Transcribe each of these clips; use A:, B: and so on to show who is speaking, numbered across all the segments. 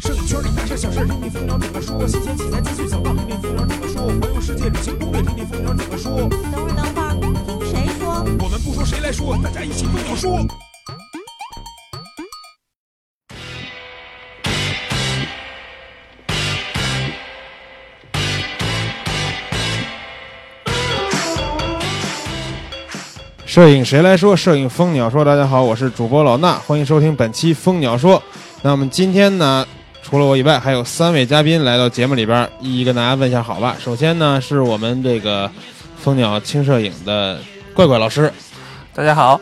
A: 说的一切小事，听听蜂鸟怎么说。新鲜题材继续想到，听听蜂鸟怎么说。环游世界旅行攻略，听听蜂鸟怎么说。
B: 等会儿，等会儿，听谁说？
A: 我们不说谁来说，大家一起蜂鸟说。
C: 摄影谁来说？摄影蜂鸟说。大家好，我是主播老衲，欢迎收听本期蜂鸟说。那么今天呢，除了我以外，还有三位嘉宾来到节目里边儿，一一跟大家问一下好吧。首先呢，是我们这个蜂鸟轻摄影的怪怪老师，
D: 大家好，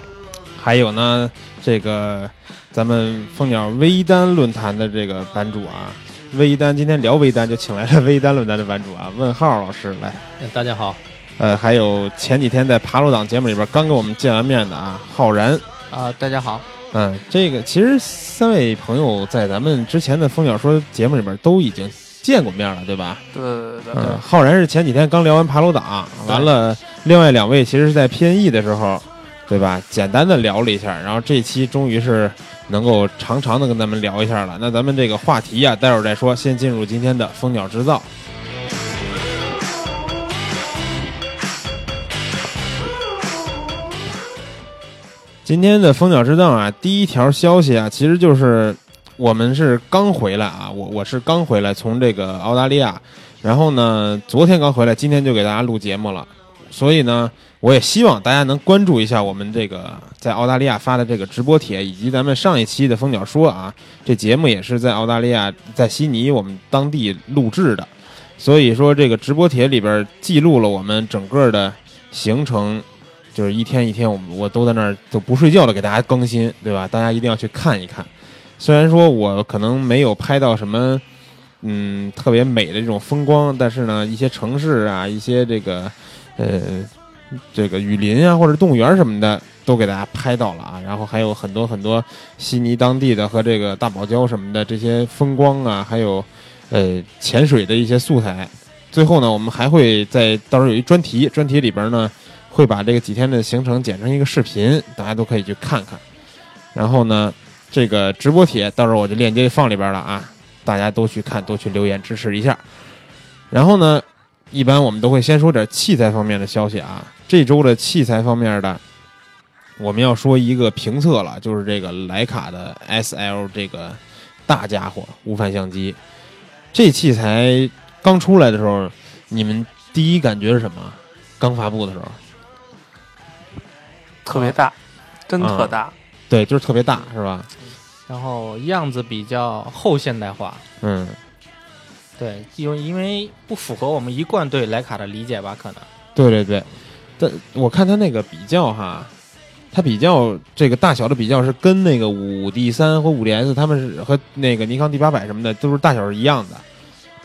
C: 还有呢，这个咱们蜂鸟微单论坛的这个版主啊，微单今天聊微单就请来了微单论坛的版主啊，问号老师来。
E: 哎大家好
C: 呃，还有前几天在爬楼党节目里边刚跟我们见完面的啊，浩然。
D: 啊、大家好，
C: 嗯，这个其实三位朋友在咱们之前的《蜂鸟说》节目里面都已经见过面了，对吧？
D: 对对对对
C: 嗯，浩然是前几天刚聊完爬楼党，完了，另外两位其实是在 PNE 的时候，对吧？简单的聊了一下，然后这期终于是能够长长的跟咱们聊一下了。那咱们这个话题呀、待会儿再说，先进入今天的《蜂鸟制造》。今天的蜂鸟之道啊，第一条消息啊，其实就是我们是刚回来啊，我我是刚回来，从这个澳大利亚，然后呢，昨天刚回来，今天就给大家录节目了，所以呢，我也希望大家能关注一下我们这个在澳大利亚发的这个直播帖，以及咱们上一期的蜂鸟说啊，这节目也是在澳大利亚，在悉尼我们当地录制的，所以说这个直播帖里边记录了我们整个的行程，就是一天一天我们我都在那儿都不睡觉的给大家更新，对吧？大家一定要去看一看。虽然说我可能没有拍到什么，嗯，特别美的这种风光，但是呢，一些城市啊，一些这个，呃，这个雨林啊，或者动物园什么的，都给大家拍到了啊。然后还有很多很多悉尼当地的和这个大堡礁什么的这些风光啊，还有呃潜水的一些素材。最后呢，我们还会在到时候有一专题，专题里边呢会把这个几天的行程剪成一个视频，大家都可以去看看。然后呢，这个直播帖到时候我就链接放里边了啊，大家都去看，都去留言支持一下。然后呢，一般我们都会先说点器材方面的消息啊。这周的器材方面的，我们要说一个评测了，就是这个徕卡的 SL 这个大家伙无反相机。这器材刚出来的时候，你们第一感觉是什么？刚发布的时候，
D: 特别大，真特大，
C: 对，就是特别大，是吧？
E: 嗯然后样子比较后现代化，
C: 嗯，
E: 对，因为因为不符合我们一贯对徕卡的理解吧，可能
C: 对对对，但我看它那个比较哈，它比较这个大小的比较是跟那个五 D 三和五 DS 他们是和那个尼康 D 八百什么的都是大小是一样的，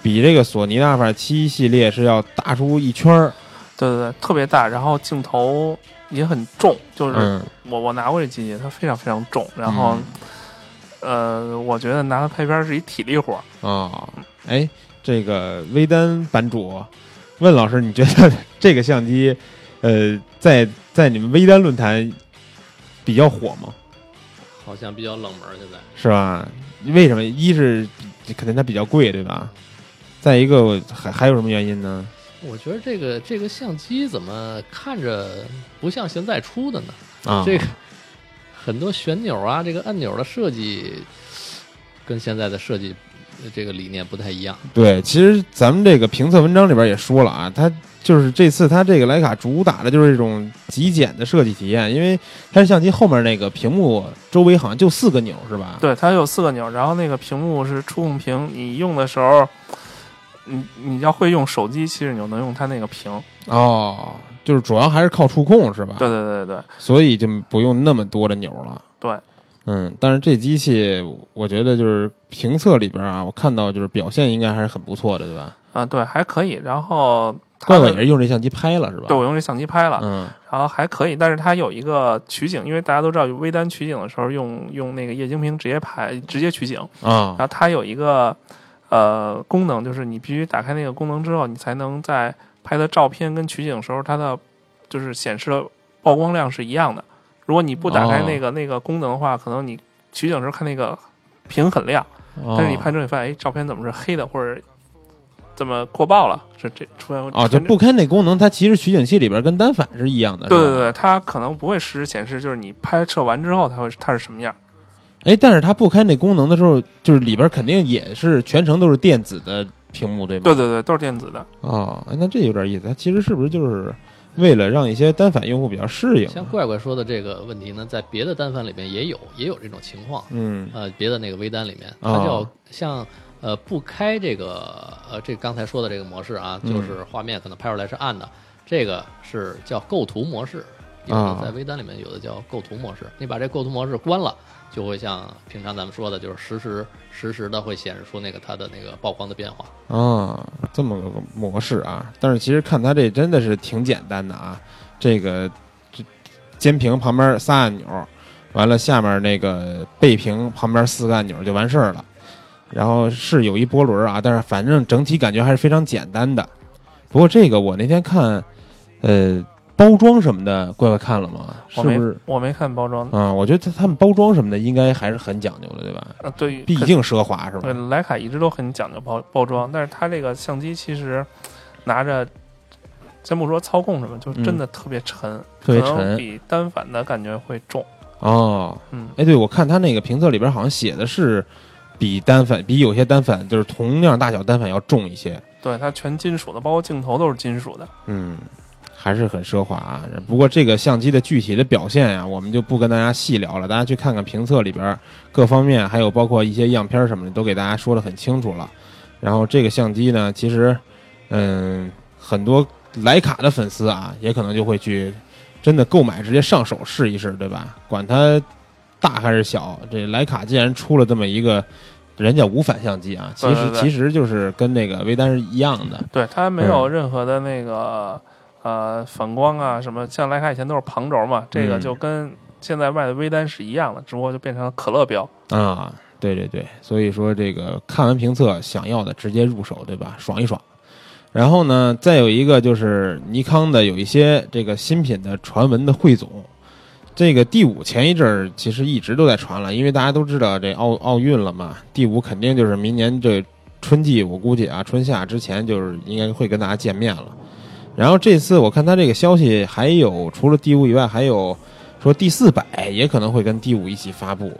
C: 比这个索尼的阿尔法七系列是要大出一圈儿。
D: 对对对，特别大，然后镜头也很重，就是
C: 嗯
D: 我、我拿过这机器，它非常非常重，然后、
E: 嗯
D: 呃，我觉得拿它拍片是一体力活，
C: 啊、哎，这个微单版主问老师，你觉得这个相机，呃，在在你们微单论坛比较火吗？
E: 好像比较冷门现在。
C: 是吧？为什么？一是比肯定它比较贵，对吧？再一个，我还还有什么原因呢？
F: 我觉得这个这个相机怎么看着不像现在出的呢？
C: 啊，
F: 这个很多旋钮啊，这个按钮的设计跟现在的设计呃这个理念不太一样。
C: 对，其实咱们这个评测文章里边也说了啊，它就是这次它这个徕卡主打的就是这种极简的设计体验，因为它是相机后面那个屏幕周围好像就四个钮，是吧？
D: 对，它有四个钮，然后那个屏幕是触控屏，你用的时候，你你要会用手机，其实你就能用它那个屏，
E: 啊
C: 哦，就是主要还是靠触控，是吧？
D: 对对对对
C: 所以就不用那么多的钮了。
D: 对，
C: 嗯，但是这机器我觉得就是评测里边啊，我看到就是表现应该还是很不错的，对吧？
D: 啊对，还可以，然后它
C: 怪怪
D: 的
C: 也是用这相机拍了，是吧？
D: 对我用这相机拍了，
C: 嗯
D: 然后还可以，但是它有一个取景，因为大家都知道微单取景的时候用用那个液晶屏直接拍直接取景，然
C: 啊
D: 后它有一个呃功能，就是你必须打开那个功能之后，你才能在拍的照片跟取景的时候，它的就是显示的曝光量是一样的。如果你不打开
C: 哦
D: 那个、那个功能的话，可能你取景的时候看那个屏很亮，
C: 哦
D: 但是你拍之后你发现，哎，照片怎么是黑的，或者怎么过曝了？是这出现
C: 哦，就不开那功能，它其实取景器里边跟单反是一样的。
D: 对
C: 是吧
D: 对对，它可能不会实时显示，就是你拍摄完之后它会它是什么样。
C: 哎，但是它不开那功能的时候，就是里边肯定也是全程都是电子的屏幕，对吗？
D: 对对对，都是电子的。
C: 哦，哎那这有点意思。它其实是不是就是为了让一些单反用户比较适应？
E: 嗯
F: 像怪怪说的这个问题呢，在别的单反里面也有也有这种情况，
C: 嗯
F: 呃，别的那个微单里面，
C: 哦
F: 它叫像呃不开这个呃这刚才说的这个模式啊，
C: 嗯
F: 就是画面可能拍出来是暗的，这个是叫构图模式，有
C: 啊
F: 的在微单里面有的叫构图模式，你把这构图模式关了。就会像平常咱们说的，就是实时实时的会显示出那个它的那个曝光的变化。
C: 啊，这么个模式啊。但是其实看它这真的是挺简单的啊，这个这肩屏旁边仨按钮，完了下面那个背屏旁边四个按钮就完事儿了。然后是有一波轮啊，但是反正整体感觉还是非常简单的。不过这个我那天看，呃，包装什么的，乖乖看了吗？是
D: 我没
C: 不是？
D: 我没看包装，
C: 啊、我觉得他他们包装什么的应该还是很讲究的，对吧？
D: 呃，对于，
C: 毕竟奢华是吧？
D: 对徕卡一直都很讲究包包装，但是它这个相机其实拿着，先不说操控什么，就真的特别沉，
C: 嗯特别
D: 可能
C: 沉
D: 比单反的感觉会重。
C: 哦。
D: 嗯，
C: 哎，对，我看他那个评测里边好像写的是比单反，比有些单反就是同样大小单反要重一些。
D: 对，它全金属的，包括镜头都是金属的。
C: 嗯，还是很奢华啊。不过这个相机的具体的表现呀、啊我们就不跟大家细聊了，大家去看看评测里边各方面，还有包括一些样片什么的，都给大家说的很清楚了。然后这个相机呢，其实，嗯，很多徕卡的粉丝啊，也可能就会去真的购买，直接上手试一试，对吧？管它大还是小，这徕卡既然出了这么一个。人家无反相机啊，其实
D: 对对对
C: 其实就是跟那个微单是一样的，
D: 对，它没有任何的那个、呃反光啊什么，像徕卡以前都是旁轴嘛，这个
C: 嗯
D: 就跟现在卖的微单是一样的，只不过就变成了可乐标。
C: 啊，对对对，所以说这个看完评测，想要的直接入手，对吧？爽一爽。然后呢，再有一个就是尼康的有一些这个新品的传闻的汇总。这个第五前一阵儿其实一直都在传了，因为大家都知道这奥奥运了嘛，第五肯定就是明年这春季，我估计啊春夏之前就是应该会跟大家见面了。然后这次我看他这个消息还有除了第五以外，还有说第四百也可能会跟第五一起发布。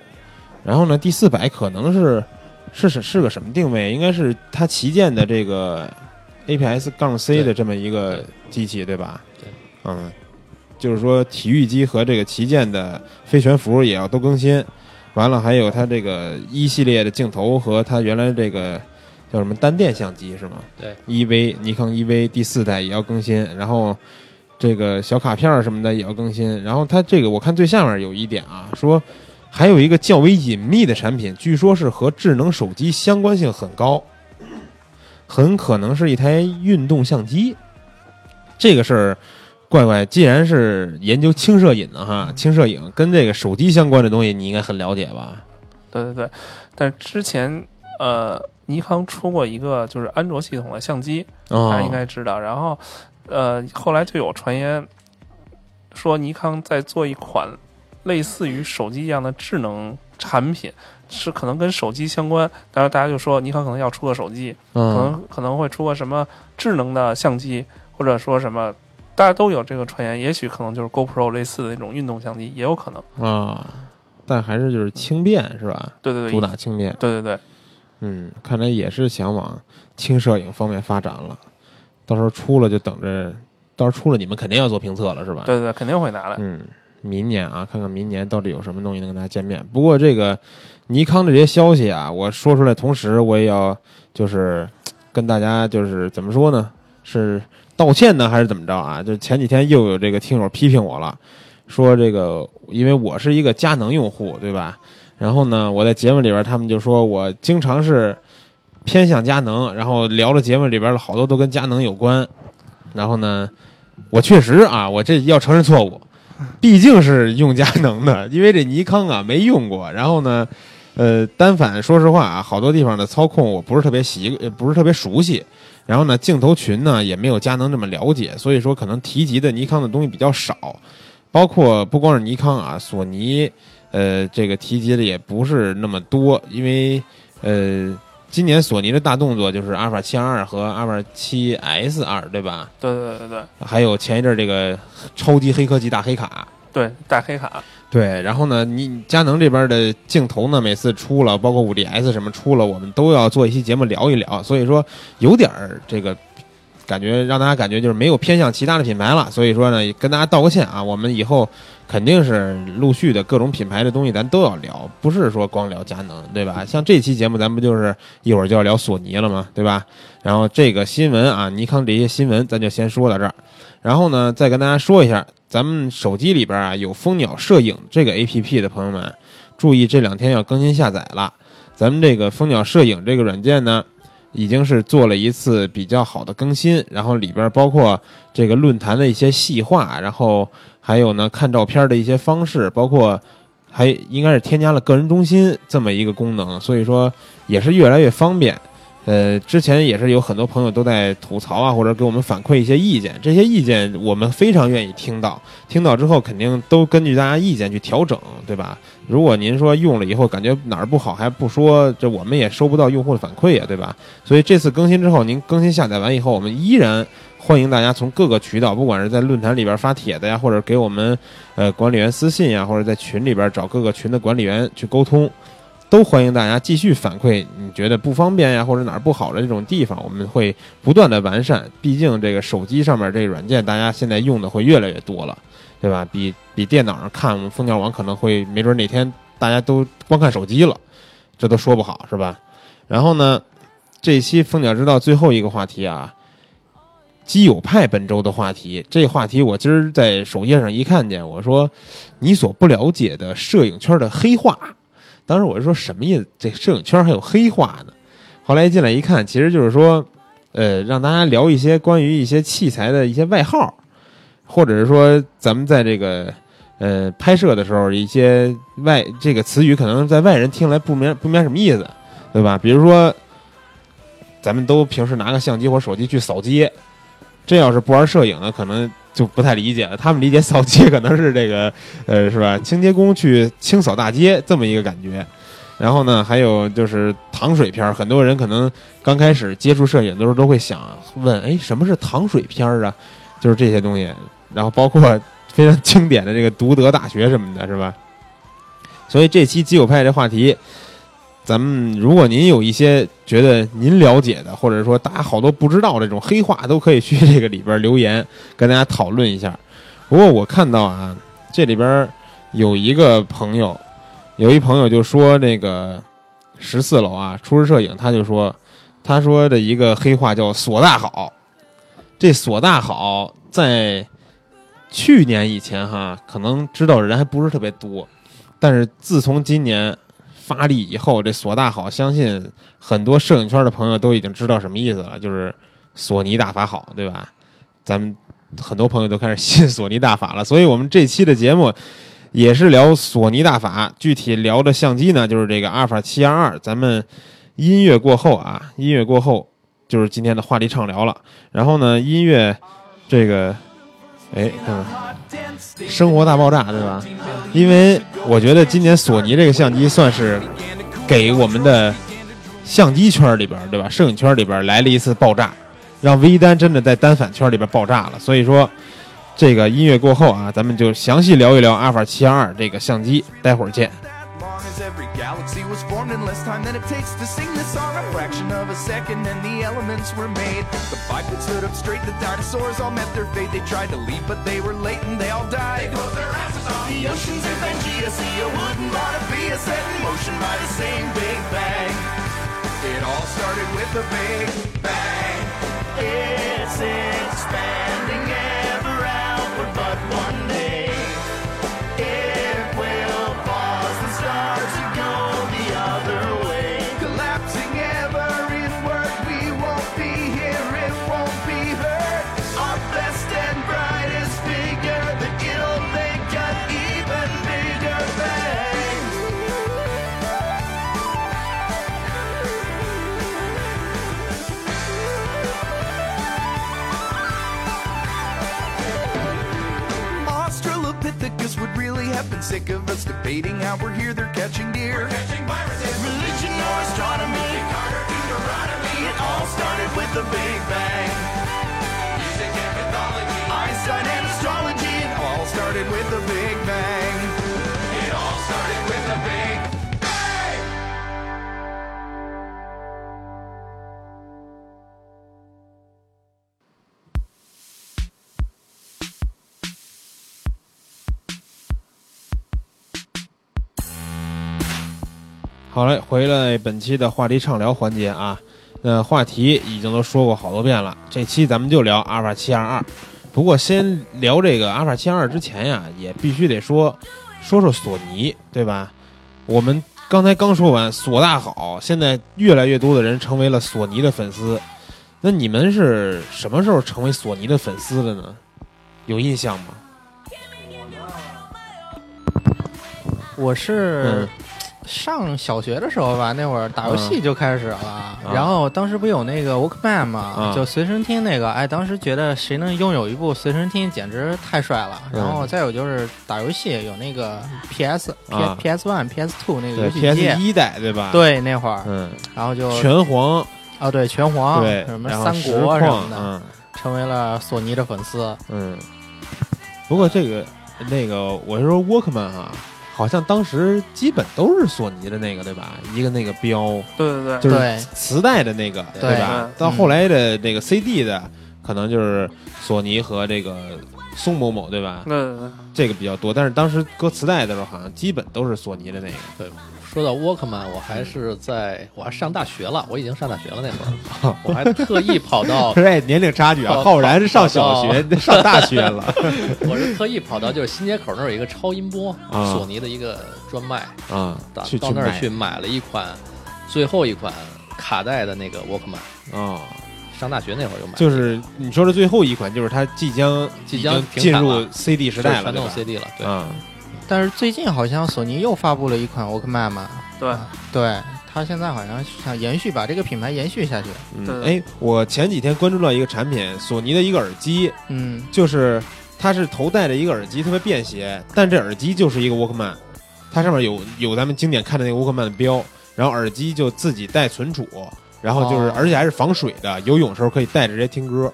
C: 然后呢，第四百可能是是是是个什么定位？应该是它旗舰的这个 APS 杠 C
F: 对
C: 的这么一个机器，对吧？
F: 对，
C: 嗯，就是说体育机和这个旗舰的飞旋服也要都更新。完了，还有它这个一系列的镜头和它原来这个叫什么单电相机是吗？
F: 对
C: ，EV 尼康 EV 第四代也要更新，然后这个小卡片儿什么的也要更新。然后它这个我看最下面有一点啊，说还有一个较为隐秘的产品，据说是和智能手机相关性很高，很可能是一台运动相机。这个事儿，怪怪，既然是研究轻摄影的
D: 嗯
C: 哈，轻摄影跟这个手机相关的东西，你应该很了解吧？
D: 对对对，但是之前呃，尼康出过一个就是安卓系统的相机，大
C: 啊、
D: 家应该知道。然后呃，后来就有传言说尼康在做一款类似于手机一样的智能产品，是可能跟手机相关。当然，大家就说尼康可能要出个手机，可
C: 嗯，
D: 能可能会出个什么智能的相机，或者说什么。大家都有这个传言，也许可能就是 GoPro 类似的那种运动相机，也有可能。
C: 啊，但还是就是轻便是吧？
D: 对对
C: 主
D: 对，
C: 打轻便，
D: 对对对，
C: 嗯，看来也是想往轻摄影方面发展了。到时候出了就等着，到时候出了你们肯定要做评测了是吧？
D: 对对，肯定会拿来。
C: 啊嗯，明年啊，看看明年到底有什么东西能跟大家见面。不过这个尼康的这些消息啊，我说出来，同时我也要就是跟大家就是怎么说呢？是道歉呢，还是怎么着啊？就前几天又有这个听友批评我了，说这个因为我是一个佳能用户，对吧？然后呢，我在节目里边，他们就说我经常是偏向佳能，然后聊的节目里边的好多都跟佳能有关。然后呢，我确实啊，我这要承认错误，毕竟是用佳能的， 因为这尼康啊没用过。然后呢，呃，单反说实话啊，好多地方的操控我不是特别习，呃不是特别熟悉。然后呢，镜头群呢也没有佳能这么了解，所以说可能提及的尼康的东西比较少，包括不光是尼康啊，索尼。呃，这个提及的也不是那么多，因为呃，今年索尼的大动作就是阿尔法七二和阿尔法七 S 二，对吧？
D: 对对对对
C: 还有前一阵儿这个超级黑科技大黑卡，
D: 对，大黑卡，
C: 对，然后呢，你佳能这边的镜头呢，每次出了，包括五 DS 什么出了，我们都要做一期节目聊一聊。所以说有点儿这个感觉，让大家感觉就是没有偏向其他的品牌了。所以说呢，也跟大家道个歉啊，我们以后肯定是陆续的各种品牌的东西咱都要聊，不是说光聊佳能，对吧？像这期节目咱不就是一会儿就要聊索尼了吗？对吧？然后这个新闻啊，尼康这些新闻咱就先说到这儿，然后呢，再跟大家说一下，咱们手机里边啊有蜂鸟摄影这个 APP 的朋友们，注意这两天要更新下载了。咱们这个蜂鸟摄影这个软件呢，已经是做了一次比较好的更新，然后里边包括这个论坛的一些细化，然后还有呢看照片的一些方式，包括还应该是添加了个人中心这么一个功能，所以说也是越来越方便。呃，之前也是有很多朋友都在吐槽啊，或者给我们反馈一些意见，这些意见我们非常愿意听到。听到之后，肯定都根据大家意见去调整，对吧？如果您说用了以后感觉哪儿不好还不说，这我们也收不到用户的反馈啊呀、对吧？所以这次更新之后，您更新下载完以后，我们依然欢迎大家从各个渠道，不管是在论坛里边发帖子呀，或者给我们呃管理员私信呀，或者在群里边找各个群的管理员去沟通。都欢迎大家继续反馈，你觉得不方便呀，或者哪儿不好的这种地方，我们会不断的完善。毕竟这个手机上面这个软件，大家现在用的会越来越多了，对吧？比比电脑上看，我们蜂鸟网可能会没准哪天大家都光看手机了，这都说不好，是吧？然后呢，这期蜂鸟知道最后一个话题啊，基友派本周的话题，这话题我今儿在首页上一看见，我说你所不了解的摄影圈的黑话。当时我就说什么意思？这摄影圈还有黑话呢？后来一进来一看，其实就是说，呃，让大家聊一些关于一些器材的一些外号，或者是说咱们在这个呃拍摄的时候一些外这个词语，可能在外人听来不明不明白什么意思，对吧？比如说，咱们都平时拿个相机或手机去扫街，这要是不玩摄影的，可能就不太理解了。他们理解扫街可能是这个呃，是吧？清洁工去清扫大街这么一个感觉。然后呢，还有就是糖水片儿，很多人可能刚开始接触摄影的时候都会想问，哎，什么是糖水片儿啊？就是这些东西。然后包括非常经典的这个读德大学什么的，是吧？所以这期基友派这话题，咱们如果您有一些觉得您了解的，或者说大家好多不知道这种黑话，都可以去这个里边留言跟大家讨论一下。不过我看到啊，这里边儿有一个朋友，有一朋友就说那个十四楼啊，初识摄影，他就说，他说的一个黑话叫“索大好”，这“索大好”在去年以前哈，可能知道人还不是特别多，但是自从今年发力以后，这“索大好”相信很多摄影圈的朋友都已经知道什么意思了，就是索尼大法好，对吧？咱们很多朋友都开始信索尼大法了，所以我们这期的节目也是聊索尼大法，具体聊的相机呢就是这个阿尔法七二二。咱们音乐过后啊，音乐过后就是今天的话题畅聊了。然后呢，音乐这个，哎，看看生活大爆炸对吧？因为我觉得今年索尼这个相机算是给我们的相机圈里边儿对吧，摄影圈里边儿来了一次爆炸。让微单真的在单反圈里边爆炸了。所以说，这个音乐过后啊，咱们就详细聊一聊阿尔法七二这个相机，待会儿见。
G: that long as every galaxy was formed in less time than it takes to sing this song. A fraction of a second, and the elements were made. The bipeds stood up straight, the dinosaurs all met their fate. They tried to leave, but they were late and they all died. They closed their asses on the oceans in Pangea. See, I wouldn't want to be a set in motion by the same Big Bang. It all started with a Big Bang. It's expanding ever outward, but one day. It will cause the stars to go the other way. Collapsing ever inward, we won't be here, it won't be heard. Our best and brightest figure, the ill they got even bigger bang. have been sick of us debating how we're here, they're catching deer. Religion or astronomy, Carter, Deuteronomy, it all started with the Big Bang. Music and mythology, Einstein and astrology, it all started with the Big Bang. It all started with the Big Bang!
C: 好嘞，回来本期的话题畅聊环节啊，那话题已经都说过好多遍了，这期咱们就聊阿尔法七二二。不过先聊这个阿尔法七二二之前呀、也必须得说说说索尼，对吧？我们刚才刚说完索大好，现在越来越多的人成为了索尼的粉丝。那你们是什么时候成为索尼的粉丝的呢？有印象吗？
E: 我是
C: 嗯
E: 上小学的时候吧，那会儿打游戏就开始了，
C: 嗯
E: 然后当时不有那个 Walkman 嘛，
C: 嗯
E: 就随身听那个，哎，当时觉得谁能拥有一部随身听简直太帅了。
C: 嗯
E: 然后再有就是打游戏有那个 PS、
C: 啊
E: P PS One、PS Two 那个
C: 对
E: 游戏
C: ，PS
E: 机，
C: 一代对吧？，
E: 对那会儿，
C: 嗯，
E: 然后就
C: 拳皇
E: 啊对拳皇
C: 对，
E: 什么
C: 然后
E: 三
C: 实
E: 国什么
C: 况
E: 的，
C: 嗯
E: 成为了索尼的粉丝。
C: 嗯，不过这个那个，我是说 Walkman 哈、啊好像当时基本都是索尼的那个对吧？一个那个标
D: 对对对，
C: 就是
E: 对
C: 磁带的那个
E: 对
C: 吧
D: 嗯？
C: 到后来的那个 CD 的，可能就是索尼和这个宋某某对吧？
D: 对对
F: 嗯
D: 对，
C: 这个比较多，但是当时搁磁带的时候，好像基本都是索尼的那个。
F: 说到 Walkman，我还是在我还上大学了，我已经上大学了那会儿，我还特意跑 到，
C: 对，年龄差距啊，
F: 哦
C: 浩然上小学， 上大学 了
F: 我是特意跑到就是新街口那儿有一个超音波，
C: 啊
F: 索尼的一个专卖，
C: 啊
F: 到，
C: 去
F: 到那儿
C: 买
F: 去买了一款最后一款卡带的那个 Walkman，
C: 啊，
F: 上大学那会儿就买了，
C: 就是你说的最后一款，就是它即将
F: 即
C: 已
F: 将
C: 经
F: 停
C: 进
F: 产
C: 入
F: 了
C: CD 时代了，
F: 全
C: 对
F: 弄
C: 吧？
F: CD 了，对，
C: 啊，
E: 但是最近好像索尼又发布了一款 Walkman 嘛，啊
D: 对，
E: 对他现在好像想延续把这个品牌延续下去。
C: 嗯，
D: 对
C: 哎，我前几天关注到一个产品，索尼的一个耳机，
E: 嗯，
C: 就是它是头戴着一个耳机，特别便携，但这耳机就是一个 Walkman，它上面有有咱们经典看的那个 Walkman 的标，然后耳机就自己带存储，然后就是、
E: 哦
C: 而且还是防水的，游泳时候可以戴着直接听歌，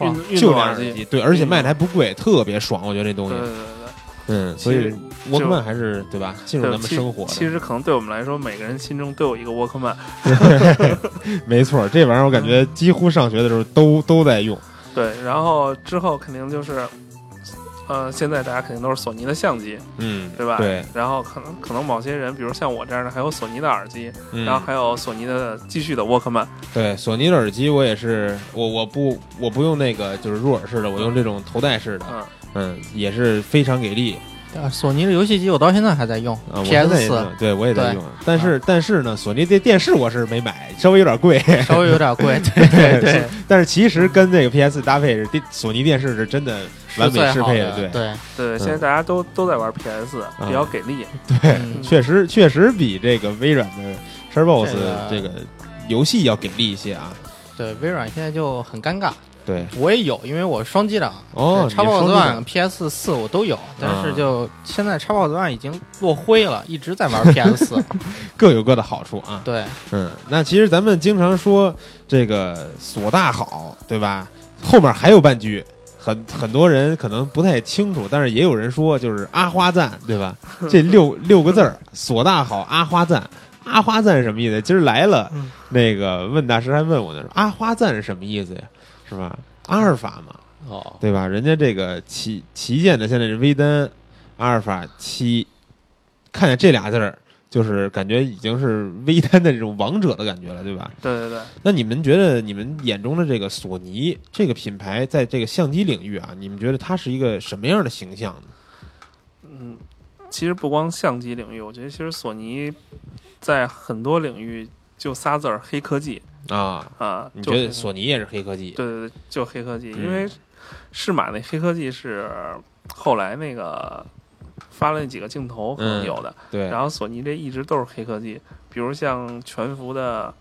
D: 运运
C: 就
D: 动
C: 这样耳
D: 耳机，
C: 机，对，而且卖的还不贵，特别爽，我觉得这东
D: 对
C: 西
D: 对，对对。
C: 嗯，所以
D: 其实
C: Walkman 还是对吧，进入咱们
D: 其
C: 生活的
D: 其实可能对我们来说，每个人心中都有一个 Walkman。
C: 没错，这玩意儿我感觉几乎上学的时候都都在用。
D: 对，然后之后肯定就是，呃，现在大家肯定都是索尼的相机，
C: 嗯，
D: 对吧？
C: 对，
D: 然后可能可能某些人，比如像我这样的，还有索尼的耳机，
C: 嗯
D: 然后还有索尼的继续的 Walkman。
C: 对索尼的耳机，我也是，我我不我不用那个就是入耳式的，我用这种头戴式的，
D: 嗯，
C: 嗯，也是非常给力
E: 啊索尼的游戏机我到现在还在用
C: 啊。我现在也
E: PS
C: 用
E: 四，
C: 对我也在
E: 对
C: 用，但是但是呢，索尼这电视我是没买，稍微有点贵，
E: 稍微有点贵。 对对对，
C: 但是其实跟这个 PS 搭配是电索尼电视是真的 完美 适配
E: 是最好
C: 对
E: 的。对
C: 嗯
D: 对，现在大家都都在玩 PS，比较给力。
E: 嗯
C: 确实确实比这个微软的 s h a r b o s 这
E: 这个
C: 个游戏要给力一些啊。
E: 对，微软现在就很尴尬。
C: 对，
E: 我也有，因为我双啊机党，
C: 哦，你
E: 叉 box
C: 双啊机党
E: One、PS 四我都有，但是就现在叉 box One 已经落灰了，一直在玩 PS 四。
C: 各有各的好处啊。
E: 对，
C: 嗯，那其实咱们经常说这个索大好，对吧？后面还有半句，很很多人可能不太清楚，但是也有人说就是阿花赞，对吧？这六六个字儿，索大好，阿花赞。阿花赞是什么意思？今儿来了，那个问大师还问我呢，说阿花赞是什么意思呀？是吧？阿尔法嘛，
F: 哦，
C: 对吧？人家这个旗旗舰的现在是微单阿尔法七，看见这俩字儿，就是感觉已经是微单的这种王者的感觉了，对吧？
D: 对对对，
C: 那你们觉得你们眼中的这个索尼这个品牌，在这个相机领域啊，你们觉得它是一个什么样的形象呢？
D: 嗯，其实不光相机领域，我觉得其实索尼在很多领域就仨字儿黑科技
C: 啊，
D: 啊。
C: 你
D: 就
C: 觉得索尼也是黑科技？
D: 对对对，就黑科技，
C: 嗯
D: 因为适马那黑科技是后来那个发了那几个镜头可
C: 嗯
D: 能有的，
C: 对，
D: 然后索尼这一直都是黑科技，比如像全幅的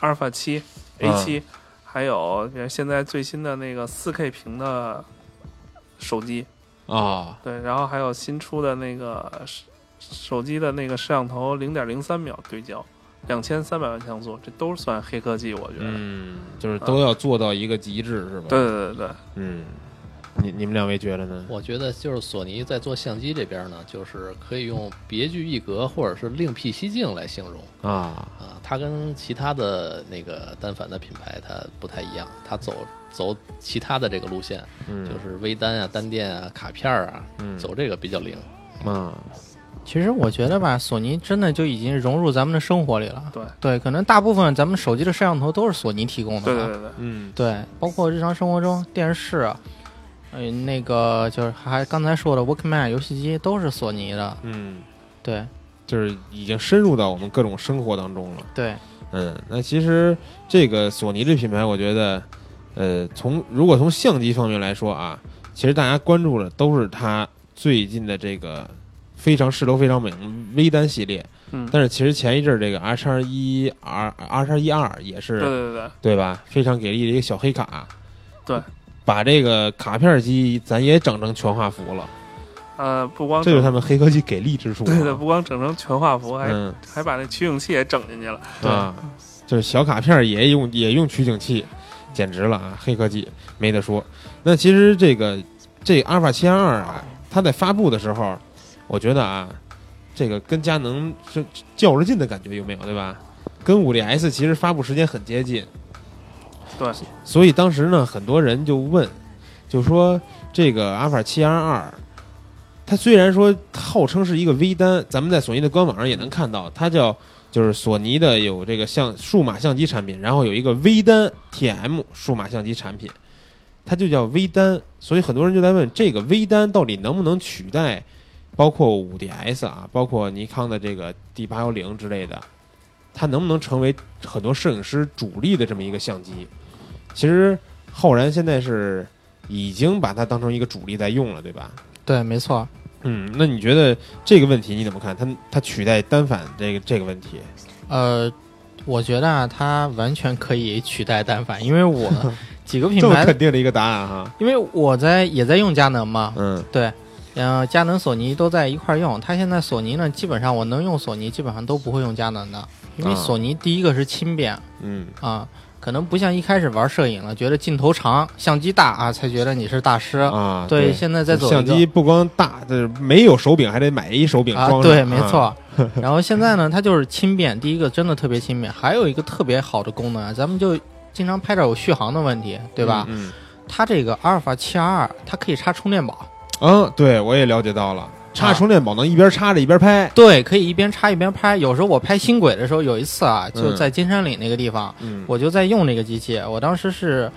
D: 阿尔法七、A
C: 嗯
D: 七，呃还有现在最新的那个四 K 屏的手机，
C: 啊
D: 对，然后还有新出的那个手手机的那个摄像头零点零三秒对焦，两千三百万像素，这都算黑科技，我觉得。
C: 嗯，就是都要做到一个极致，是吧？
D: 对，对对对，
C: 嗯，你你们两位觉得呢？
F: 我觉得就是索尼在做相机这边呢，就是可以用别具一格或者是另辟蹊径来形容
C: 啊，
F: 啊。它跟其他的那个单反的品牌它不太一样，它走走其他的这个路线，
C: 嗯，
F: 就是微单啊、单电啊、卡片啊，
C: 嗯
F: 走这个比较灵。
C: 啊，
E: 其实我觉得吧，索尼真的就已经融入咱们的生活里了。
D: 对
E: 对，可能大部分咱们手机的摄像头都是索尼提供的吧。
D: 对对对对，
C: 嗯
E: 对，包括日常生活中电视啊，嗯、那个就是还刚才说的 Walkman 游戏机都是索尼的。
C: 嗯，
E: 对
C: 就是已经深入到我们各种生活当中了。
E: 对，
C: 嗯，那其实这个索尼这品牌，我觉得，呃，从如果从相机方面来说啊，其实大家关注的都是它最近的这个非常势头非常猛微单系列，
D: 嗯，
C: 但是其实前一阵儿这个 R 叉一 R R 叉一 R 也是
D: 对对对对，
C: 对吧？非常给力的一个小黑卡，
D: 对，
C: 把这个卡片机咱也整成全画幅了，
D: 呃，不光
C: 这就是
D: 整
C: 他们黑科技给力之处啊。
D: 啊对的，不光整成全画幅，还、
C: 嗯
D: 还把那取景器也整进去了。
C: 啊，就是小卡片儿也用也用取景器，简直了啊，黑科技没得说。那其实这个这阿尔法七二啊，它在发布的时候，我觉得啊，这个跟佳能是较着劲的感觉有没有？对吧？跟五 GS 其实发布时间很接近，
D: 对，
C: 所以当时呢，很多人就问，就说这个阿尔法七 R 二，它虽然说号称是一个微单，咱们在索尼的官网上也能看到，它叫就是索尼的有这个像数码相机产品，然后有一个微单 TM 数码相机产品，它就叫微单，所以很多人就在问这个微单到底能不能取代。包括五 DS 啊，包括尼康的这个 D 八幺零之类的，它能不能成为很多摄影师主力的这么一个相机？其实浩然现在是已经把它当成一个主力在用了，对吧？
E: 对，没错。
C: 嗯，那你觉得这个问题你怎么看？它它取代单反这个这个问题？
E: 呃，我觉得啊，它完全可以取代单反，因 为我几个品
C: 这么
E: 牌的，
C: 肯定的一个答案哈。
E: 因为我在也在用佳能嘛，
C: 嗯
E: 对，然后呃佳能、索尼都在一块儿用。它现在索尼呢，基本上我能用索尼，基本上都不会用佳能的，因为
C: 啊
E: 索尼第一个是轻便
C: 嗯
E: 啊，可能不像一开始玩摄影了，觉得镜头长、相机大啊，才觉得你是大师。
C: 啊，
E: 对，现在在走一
C: 相
E: 个
C: 机不光大，就是没有手柄还得买一手柄
E: 啊
C: 装上。，
E: 对，没错。然后现在呢，它就是轻便，第一个真的特别轻便，还有一个特别好的功能啊，咱们就经常拍照有续航的问题，对吧？
C: 嗯
E: 它这个阿尔法七 R，它可以插充电宝，
C: 嗯啊，对我也了解到了，插
E: 啊
C: 充电宝能一边插着一边拍。
E: 对，可以一边插一边拍。有时候我拍新轨的时候，有一次啊，就
C: 嗯
E: 在金山岭那个地方，
C: 嗯，
E: 我就在用这个机器，我当时是。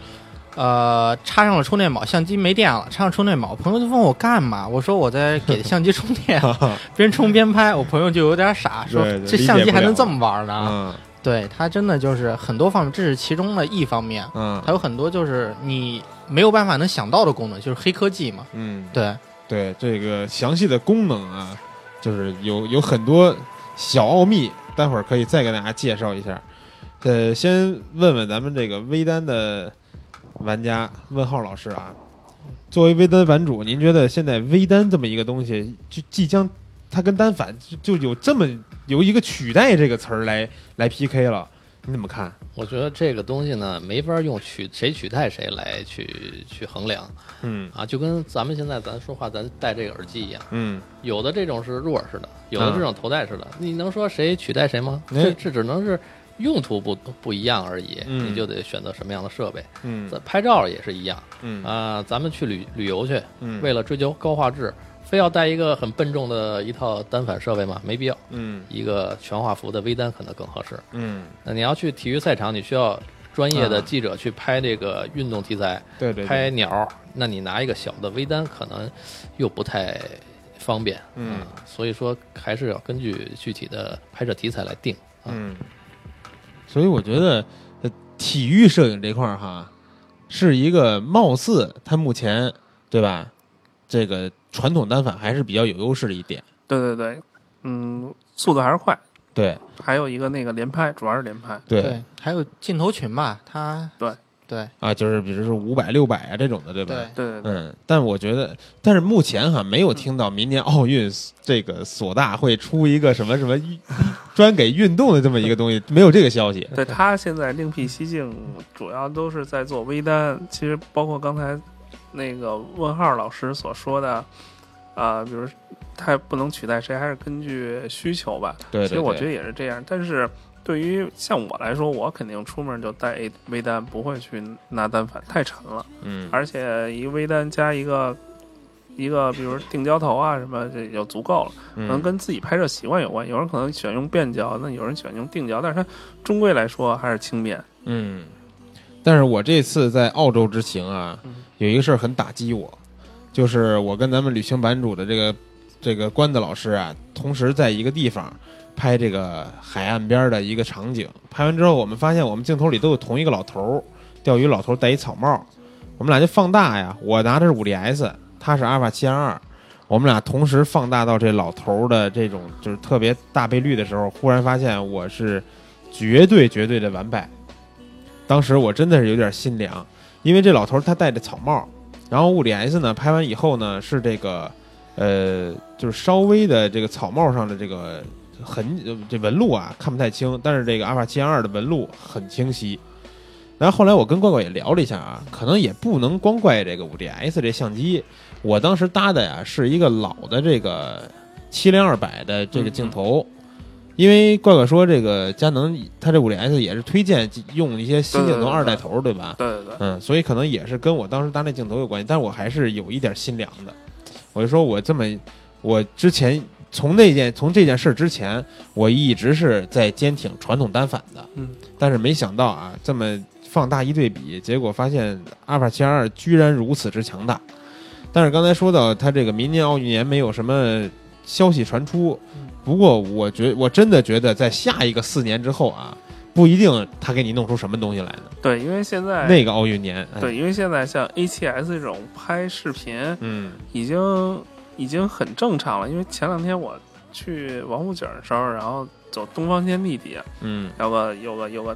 E: 呃，插上了充电宝，相机没电了，插上充电宝。朋友就问我干嘛，我说我在给相机充 电，
C: 嗯
E: 边充边拍。我朋友就有点傻，说
C: 对对
E: 这
C: 理
E: 相
C: 解
E: 机
C: 不
E: 还
C: 了
E: 能这么玩呢？
C: 嗯
E: 对它真的就是很多方面，这是其中的一方面，
C: 嗯
E: 还有很多就是你没有办法能想到的功能，就是黑科技嘛。
C: 嗯，
E: 对
C: 对这个详细的功能啊，就是有有很多小奥秘，待会儿可以再给大家介绍一下。呃，先问问咱们这个微单的玩家问号老师啊，作为微单版主，您觉得现在微单这么一个东西，就即将它跟单反就就有这么由一个取代这个词儿来来 PK 了，你怎么看？
F: 我觉得这个东西呢，没法用取谁取代谁来去去衡量
C: 嗯
F: 啊，就跟咱们现在咱说话咱戴这个耳机一样，
C: 嗯，
F: 有的这种是入耳式的，有的这种头戴式的，你能说谁取代谁吗？
C: 哎
F: 这这只能是用途不不一样而已，
C: 嗯
F: 你就得选择什么样的设备。
C: 嗯
F: 咱拍照也是一样
C: 嗯
F: 啊、咱们去旅旅游去，
C: 嗯
F: 为了追求高画质，非要带一个很笨重的一套单反设备吗？没必要，
C: 嗯
F: 一个全画幅的微单可能更合适。
C: 嗯，
F: 那你要去体育赛场，你需要专业
C: 啊
F: 的记者去拍这个运动题材，
C: 对对，对
F: 拍鸟，那你拿一个小的微单可能又不太方便，
C: 嗯
F: 啊所以说还是要根据具体的拍摄题材来定。啊
C: 嗯，所以我觉得呃体育摄影这块儿哈，是一个貌似它目前对吧，这个传统单反还是比较有优势的一点。
D: 对对对，嗯，速度还是快，
C: 对
D: 还有一个那个连拍，主要是连拍。
C: 对
E: 对，还有镜头群吧，它
D: 对
E: 对
C: 啊，就是比如说五百、六百啊这种的，对吧？
E: 对，
D: 对对对，
C: 嗯，但我觉得，但是目前哈没有听到明年奥运这个索大会出一个什么什么运专给运动的这么一个东西，没有这个消息。
D: 对他现在另辟蹊径，主要都是在做微单。其实包括刚才那个问号老师所说的，啊、比如他不能取代谁，还是根据需求吧。
C: 对对对，
D: 其实我觉得也是这样，但是。对于像我来说，我肯定出门就带一微单，不会去拿单反，太沉了。
C: 嗯，
D: 而且一微单加一个一个，比如定焦头啊什么，这就足够了。可能
C: 嗯
D: 跟自己拍摄习惯有关，有人可能喜欢用变焦，那有人喜欢用定焦，但是它终归来说还是轻便。
C: 嗯，但是我这次在澳洲之行啊
D: 嗯，
C: 有一个事儿很打击我，就是我跟咱们旅行版主的这个这个关子老师啊，同时在一个地方拍这个海岸边的一个场景。拍完之后，我们发现我们镜头里都有同一个老头儿，钓鱼老头儿戴一草帽，我们俩就放大呀，我拿的是五 DS，他是阿尔法七二二。我们俩同时放大到这老头儿的这种就是特别大倍率的时候，忽然发现我是绝对绝对的完败，当时我真的是有点心凉，因为这老头儿他戴着草帽，然后物理 S 呢拍完以后呢是这个，呃，就是稍微的这个草帽上的这个痕呃这纹路啊看不太清，但是这个阿帕奇二的纹路很清晰。然后后来我跟怪怪也聊了一下啊，可能也不能光怪这个五 D S 这相机，我当时搭的呀是一个老的这个七零二百的这个镜头，因为怪怪说这个佳能它这五 D S 也是推荐用一些新镜头
D: 对对对
C: 二代头对吧？
D: 对对对，
C: 嗯，所以可能也是跟我当时搭那镜头有关系，但我还是有一点心凉的。我就说我这么，我之前从那件从这件事之前，我一直是在坚挺传统单反的，
D: 嗯，
C: 但是没想到啊，这么放大一对比，结果发现阿尔法七二居然如此之强大。但是刚才说到它这个明年奥运年没有什么消息传出，
D: 嗯
C: 不过我觉我真的觉得在下一个四年之后啊，不一定他给你弄出什么东西来呢。
D: 对，因为现在
C: 那个奥运年，哎
D: 对，因为现在像 A7S 这种拍视频
C: 嗯
D: 已经已经很正常了，因为前两天我去王府井的时候，然后走东方天地底下，
C: 嗯
D: 有个有个有个，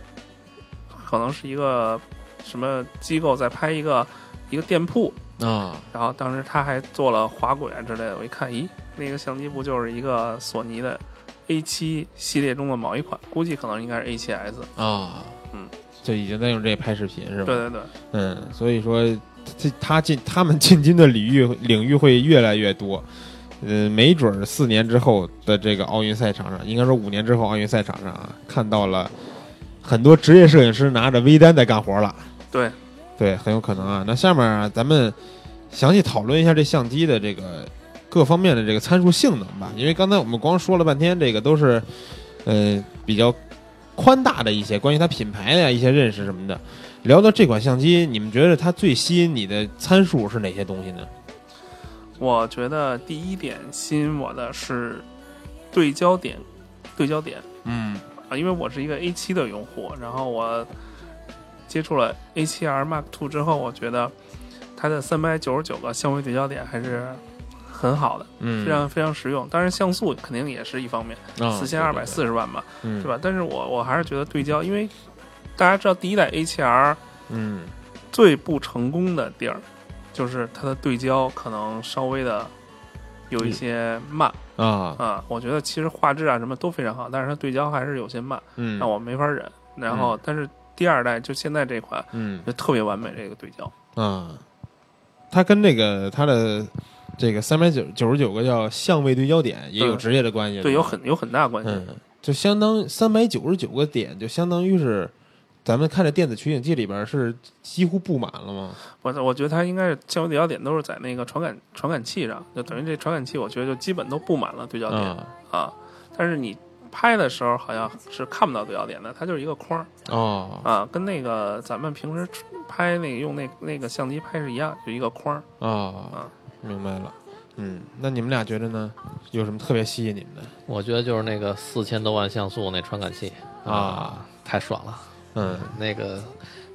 D: 可能是一个什么机构在拍一个一个店铺，
C: 啊，
D: 然后当时他还做了滑轨啊之类的，我一看，咦，那个相机不就是一个索尼的 A 7系列中的某一款？估计可能应该是 A 7 S。
C: 啊，
D: 嗯，
C: 就已经在用这拍视频是吧？
D: 对，对对，
C: 嗯，所以说这他进他们进军的领域领域会越来越多，嗯，没准儿四年之后的这个奥运赛场上，应该说五年之后奥运赛场上啊，看到了很多职业摄影师拿着微单在干活了。
D: 对，
C: 对，很有可能啊。那下面啊，咱们详细讨论一下这相机的这个各方面的这个参数性能吧，因为刚才我们光说了半天，这个都是呃比较宽大的一些关于它品牌的呀一些认识什么的。聊到这款相机，你们觉得它最吸引你的参数是哪些东西呢？
D: 我觉得第一点吸引我的是对焦点，对焦点
C: 嗯
D: 啊，因为我是一个 A 7的用户，然后我接触了 A 7 R Mark Two 之后，我觉得它的三百九十九个相位对焦点还是很好的，
C: 嗯，
D: 非常非常实用。当然像素肯定也是一方面，
C: 啊
D: 啊
C: 嗯
D: 四千二百，四十万吧。
C: 对
D: 是？吧？但是我我还是觉得对焦，因为大家知道第一代 A7R
C: 嗯
D: 最不成功的地儿，就是它的对焦可能稍微的有一些慢
C: 嗯啊
D: 啊。我觉得其实画质啊什么都非常好，但是它对焦还是有些慢，
C: 嗯，
D: 让我没法忍。然后，但是第二代就现在这款
C: 嗯
D: 就特别完美，这个对焦。
C: 啊，它跟这个它的这个三百九九十九个叫相位对焦点也有
D: 对
C: 直接的关系，
D: 嗯对，有
C: 吧
D: 很有很大关系。
C: 嗯，就相当三百九十九个点，就相当于是咱们看着电子取景器里边是几乎布满了嘛。
D: 我我觉得它应该是相位对焦点都是在那个传感传感器上，就等于这传感器，我觉得就基本都布满了对焦点。
C: 啊
D: 啊，但是你拍的时候好像是看不到对焦点的，它就是一个框儿
C: 哦
D: 啊，跟那个咱们平时拍那个用那那个相机拍是一样，就一个框儿。
E: 啊
C: 哦，明白了。嗯，那你们俩觉得呢？有什么特别吸引你们的
F: 我觉得就是那个四千多万像素那传感器，
C: 啊？
F: 太爽了。
C: 嗯
F: 那个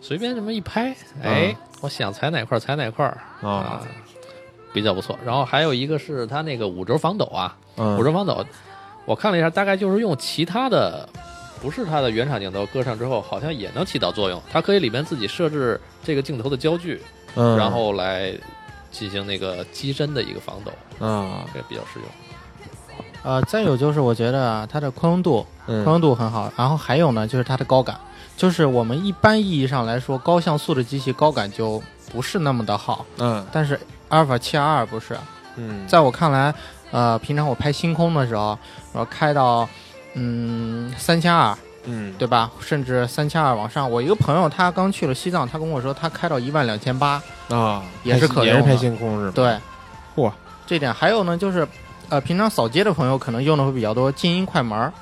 F: 随便这么一拍，哎，我想踩哪块儿踩哪块儿
C: 啊
F: 比较不错。然后还有一个是它那个五轴防抖啊，
C: 嗯
F: 五轴防抖，我看了一下，大概就是用其他的不是它的原厂镜头搁上之后，好像也能起到作用。它可以里面自己设置这个镜头的焦距，
C: 嗯，
F: 然后来进行那个机身的一个防抖，
C: 啊，
F: 这比较实用。
E: 呃，再有就是我觉得啊它的宽容度，宽
C: 嗯
E: 容度很好，然后还有呢就是它的高感，就是我们一般意义上来说，高像素的机器高感就不是那么的好，
C: 嗯
E: 但是阿尔法七 R 二不是，啊
C: 嗯，
E: 在我看来，呃，平常我拍星空的时候，我开到嗯三千二，
C: 嗯
E: 对吧？甚至三千二往上。我一个朋友他刚去了西藏，他跟我说他开到一万两千八，
C: 啊，
E: 也是可
C: 也是
E: 用的
C: 拍星空是吧？
E: 对，
C: 嚯，
E: 这点还有呢，就是呃，平常扫街的朋友可能用的会比较多静音快门儿。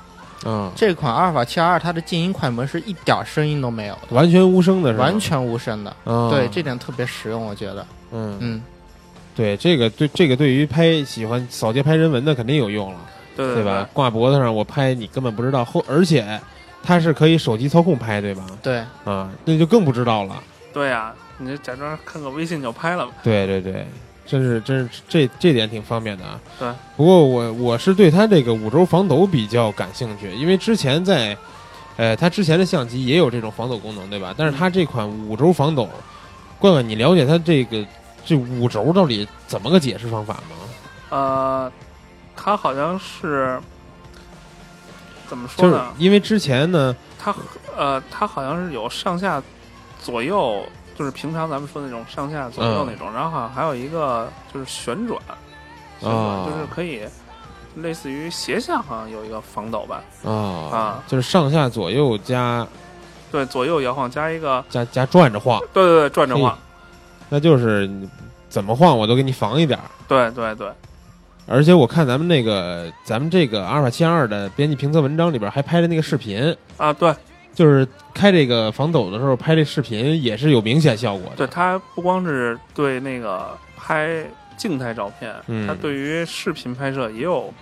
C: 嗯，
E: 这款阿尔法七二它的静音快门是一点儿声音都没有的，
C: 完全无声的是吧？
E: 完全无声的。
C: 啊，
E: 对，这点特别实用，我觉得。
C: 嗯
E: 嗯，
C: 对这个对这个对于拍喜欢扫街拍人文的肯定有用了，
D: 对
C: 对吧？？挂脖子上我拍你根本不知道，后而且它是可以手机操控拍，对吧？
E: 对，
C: 啊，那就更不知道了。
D: 对呀、你就假装看个微信就拍了吧。
C: 对对对，真是真是这这点挺方便的啊。
D: 对，
C: 不过我我是对它这个五轴防抖比较感兴趣，因为之前在，呃，它之前的相机也有这种防抖功能，对吧？但是它这款五轴防抖，冠冠，你了解它这个这五轴到底怎么个解释方法吗？
D: 呃，它好像是怎么说
C: 就是
D: 呢？
C: 因为之前呢，
D: 它呃，它好像是有上下左右，就是平常咱们说那种上下左右
C: 嗯
D: 那种，然后好像还有一个就是旋转，旋转、
C: 哦
D: 就是可以类似于斜向，好像有一个防抖吧？
C: 啊、
D: 啊
C: 就是上下左右加
D: 对，左右摇晃加一个，
C: 加加转着晃，
D: 对对对，转着
C: 嘿
D: 晃，
C: 那就是怎么晃我都给你防一点儿。
D: 对对对，
C: 而且我看咱们那个咱们这个阿尔法七二的编辑评测文章里边还拍了那个视频，
D: 啊对
C: 就是开这个防抖的时候拍这视频也是有明显效果的。
D: 对，它不光是对那个拍静态照片，
C: 嗯
D: 它对于视频拍摄也有。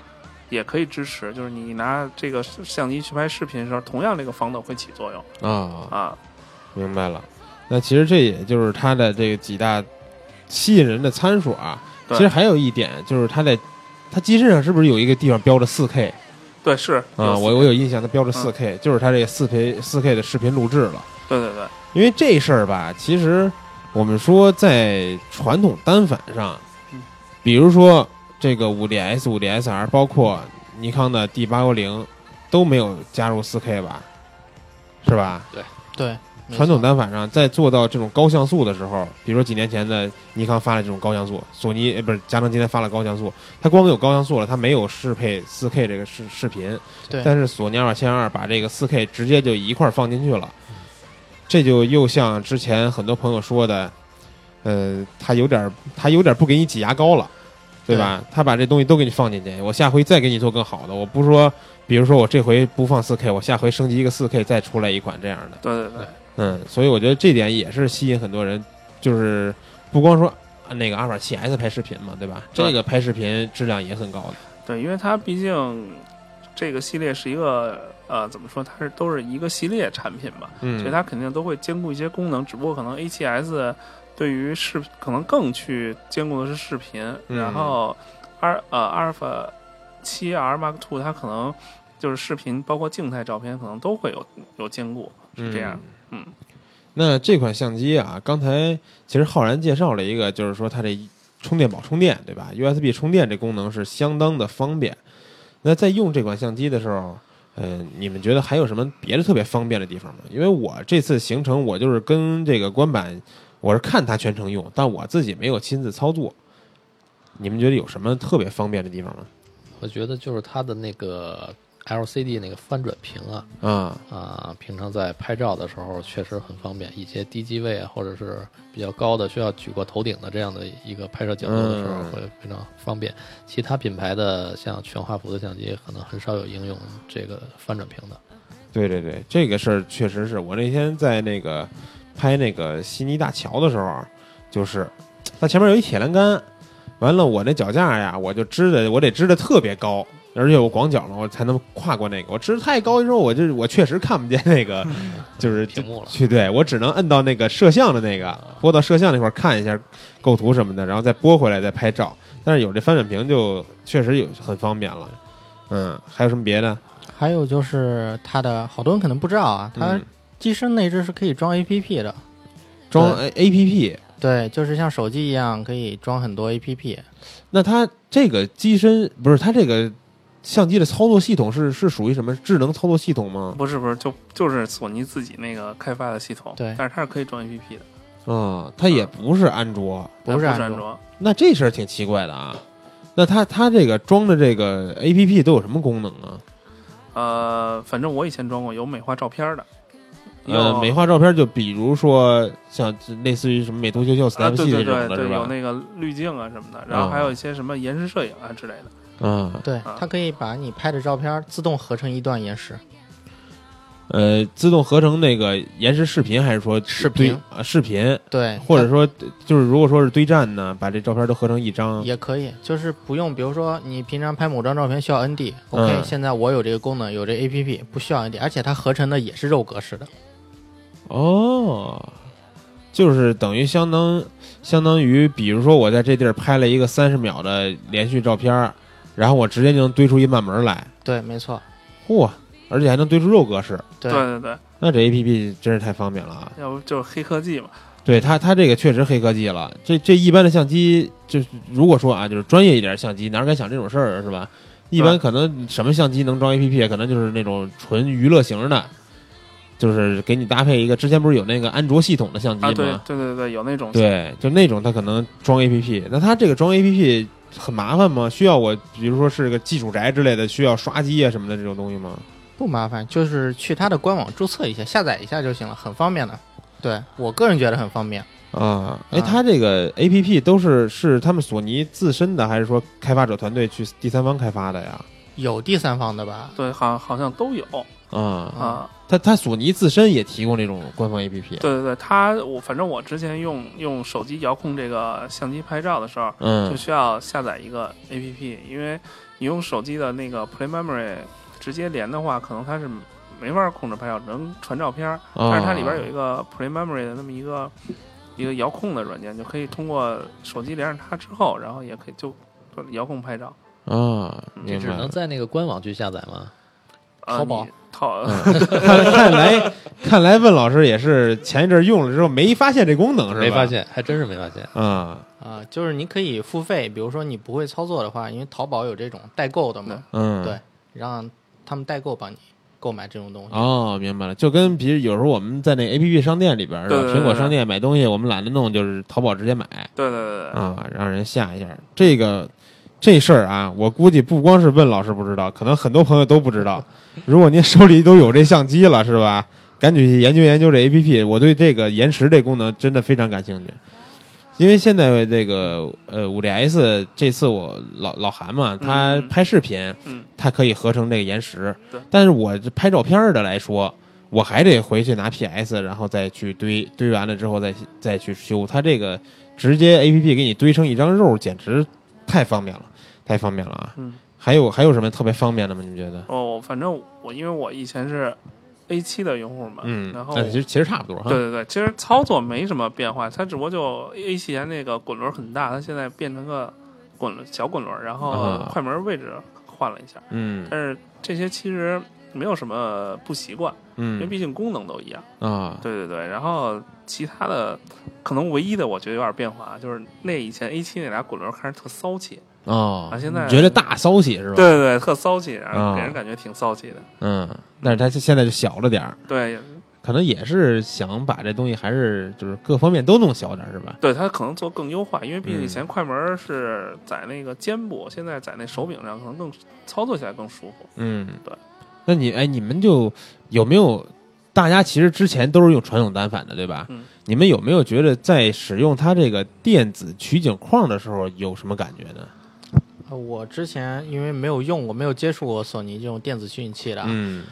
D: 也可以支持，就是你拿这个相机去拍视频的时候，同样这个防抖会起作用
C: 啊、
D: 啊。
C: 明白了。那其实这也就是它的这个几大吸引人的参数啊。其
D: 对
C: 实还有一点就是它在它机身上是不是有一个地方标着四 K
D: 对，是
C: 啊？
D: 有
C: 我
D: 四嗯
C: 我有印象，它标着四 K，、就是它这个四 K 四 K 的视频录制了。
D: 对对对，
C: 因为这事儿吧，其实我们说在传统单反上
D: 嗯，
C: 比如说这个五 D S、五 D S R，包括尼康的 D 八幺零，都没有加入四 K 吧，是吧？
E: 对，没
C: 传统
E: 错
C: 单反上在做到这种高像素的时候，比如说几年前的尼康发了这种高像素，索尼呃不是佳能今天发了高像素，它光有高像素了，它没有适配四 K 这个视视频。
E: 对
C: 但是索尼二千二把这个四 K 直接就一块儿放进去了，这就又像之前很多朋友说的，呃，它有点儿它有点儿不给你挤牙膏了。对吧？他把这东西都给你放进去，我下回再给你做更好的。我不说，比如说我这回不放四 K，我下回升级一个四 K 再出来一款这样的。
D: 对对对，
C: 嗯，所以我觉得这点也是吸引很多人，就是不光说啊那个阿尔法七 S 拍视频嘛，对吧？
D: 对
C: 这个拍视频质量也很高的。
D: 对，因为它毕竟这个系列是一个呃，怎么说，它是都是一个系列产品吧，
C: 嗯，
D: 所以它肯定都会兼顾一些功能，只不过可能 A 7 S 对于视可能更去兼顾的是视频，
C: 嗯
D: 然后阿呃阿尔法七 R Mark Two 它可能就是视频包括静态照片可能都会有有兼顾，是这样，嗯。
C: 那这款相机啊，刚才其实浩然介绍了一个，就是说它这充电宝充电，对吧？USB 充电这功能是相当的方便。那在用这款相机的时候，嗯、你们觉得还有什么别的特别方便的地方吗？因为我这次行程，我就是跟这个官版，我是看它全程用，但我自己没有亲自操作。你们觉得有什么特别方便的地方吗？
F: 我觉得就是它的那个 LCD 那个翻转屏啊
C: 啊，
F: 啊，平常在拍照的时候确实很方便。一些低机位啊，或者是比较高的需要举过头顶的这样的一个拍摄角度的时候，
C: 嗯
F: 会非常方便。其他品牌的像全画幅的相机，可能很少有应用这个翻转屏的。
C: 对对对，这个事儿确实是我那天在那个拍那个悉尼大桥的时候，啊就是它前面有一铁栏杆，完了我那脚架呀，我就支的我得支的特别高，而且我广角嘛，我才能跨过那个。我支得太高的时候，我就我确实看不见那个，就是
F: 屏幕了
C: 去对我只能摁到那个摄像的那个，拨到摄像那块儿看一下构图什么的，然后再拨回来再拍照。但是有这翻转屏就确实有很方便了。嗯，还有什么别的？
E: 还有就是它的好多人可能不知道啊，它
C: 嗯
E: 机身内置是可以装 APP 的，
C: 装 A P P，
E: 对，就是像手机一样可以装很多 APP。
C: 那它这个机身不是它这个相机的操作系统是是属于什么智能操作系统吗？
D: 不是不是，就就是索尼自己那个开发的系统，
E: 对
D: 但是它是可以装 APP 的，
C: 嗯，它也不是安卓，
D: 但
E: 不
D: 是
E: 是
D: 安
E: 安
D: 卓，
C: 那这事儿挺奇怪的啊。那它它这个装的这个 A P P 都有什么功能啊？
D: 呃，反正我以前装过有美化照片的，
C: 呃，
D: 有
C: 美化照片就比如说像类似于什么美图秀秀、
D: 啊，
C: Snap
D: 对
C: C
D: 对
C: 这种的
D: 对对，
C: 是
D: 有
C: 吧？
D: 那个滤镜啊什么的，然后还有一些什么延时摄影啊之类的。
C: 嗯，
E: 对
D: 啊，
E: 它可以把你拍的照片自动合成一段延时。
C: 呃，自动合成那个延时视频，还是说
E: 视
C: 堆
E: 频
C: 啊视频，
E: 对，
C: 或者说就是如果说是堆栈呢，把这照片都合成一张
E: 它。也可以，就是不用，比如说你平常拍某张照片需要 ND，OK，、OK，
C: 嗯
E: 现在我有这个功能，有这 APP 不需要 ND，而且它合成的也是肉格式的。
C: 哦，就是等于相当相当于，比如说我在这地儿拍了一个三十秒的连续照片儿，然后我直接就能堆出一慢门来，
E: 对，没错，
C: 嚯、而且还能堆出肉格式，
E: 对
D: 对对，
C: 那这 A P P 真是太方便了啊！
D: 要不就是黑科技嘛。
C: 对它，它这个确实黑科技了。这这一般的相机，就是如果说啊，就是专业一点的相机，哪敢想这种事儿啊是吧？一般可能什么相机能装 A P P，可能就是那种纯娱乐型的，就是给你搭配一个。之前不是有那个安卓系统的相机吗？
D: 啊，对对对对，有那种
C: 对，就那种它可能装 APP，那它这个装 APP 很麻烦吗？需要我比如说是个技术宅之类的，需要刷机啊什么的这种东西吗？
E: 不麻烦，就是去它的官网注册一下，下载一下就行了，很方便的。对我个人觉得很方便。
C: 啊，哎，
E: 啊
C: 它这个 APP 都是是他们索尼自身的，还是说开发者团队去第三方开发的呀？
E: 有第三方的吧？
D: 对，好像好像都有
C: 啊，
D: 啊。
C: 它它索尼自身也提供这种官方 APP。
D: 对对对，它我反正我之前用用手机遥控这个相机拍照的时候，就
C: 嗯，
D: 需要下载一个 APP，因为你用手机的那个 Play Memory 直接连的话，可能它是没法控制拍照，只能传照片儿。
C: 哦啊
D: 但是它里边有一
C: 个
D: 个 Play Memory 的那么一个一个遥控的软件，就可以通过手机连上它之后，然后也可以就就遥控拍照。
C: 啊，
F: 这
C: 明
F: 只
C: 白
F: 能
C: 了。
F: 在那个官网去下载吗？
D: 啊
E: 淘宝
D: 你淘
C: 看看来看来，问老师也是前一阵儿用了之后没发现这功能是吧？
F: 没发现，还真是没发现。
C: 啊，
E: 啊、就是你可以付费，比如说你不会操作的话，因为淘宝有这种代购的嘛，
C: 嗯，
E: 对，啊让他们代购帮你购买这种东西。
C: 哦，明白了，就跟比如有时候我们在那 A P P 商店里边儿，是吧
D: 对对对
C: 苹果商店买东西，我们懒得弄，就是淘宝直接买
D: 对对对对，
C: 啊，让人下一下。这个这事儿啊，我估计不光是问老师不知道，可能很多朋友都不知道。如果您手里都有这相机了，是吧？赶紧去研究研究这 A P P。我对这个延迟这功能真的非常感兴趣，因为现在这个呃五 D S 这次我老老韩嘛，他
D: 嗯
C: 拍视频，
D: 嗯，
C: 它可以合成这个延时
D: 对。
C: 但是我这拍照片儿的来说，我还得回去拿 PS，然后再去堆，堆完了之后再再去修。它这个直接 APP 给你堆成一张肉，简直太方便了，太方便了啊！
D: 嗯，
C: 还有还有什么特别方便的吗？你们觉得？
D: 哦，反正我因为我以前是 A 7的用户嘛，
C: 嗯，
D: 然后
C: 那其实其实差不多哈。
D: 对对对，其实操作没什么变化，它只不过就 A 系那个滚轮很大，它现在变成个滚轮小滚轮，然后
C: 啊
D: 快门位置换了一下，
C: 嗯
D: 但是这些其实没有什么不习惯，因为
C: 嗯
D: 毕竟功能都一样。
C: 啊
D: 对对对，然后其他的可能唯一的我觉得有点变化啊，就是那以前 A 7那俩滚轮看着特骚气
C: 哦
D: 啊，，现在
C: 你觉得大骚气是吧？
D: 对，对对，特骚气，然后
C: 啊
D: 给人感觉挺骚气的。
C: 嗯，但是它现在就小了点儿，
D: 对
C: 可能也是想把这东西还是就是各方面都弄小点儿是吧？
D: 对，它可能做更优化，因为毕竟以
C: 嗯
D: 前快门是在那个肩部，现在在那手柄上，可能更操作起来更舒服。
C: 嗯，
D: 对。
C: 那你哎，你们就有没有？大家其实之前都是用传统单反的，对吧？
D: 嗯。
C: 你们有没有觉得在使用它这个电子取景框的时候有什么感觉呢？
E: 呃我之前因为没有用，我没有接触过索尼这种电子取景器
D: 啊
E: 的，啊
C: 嗯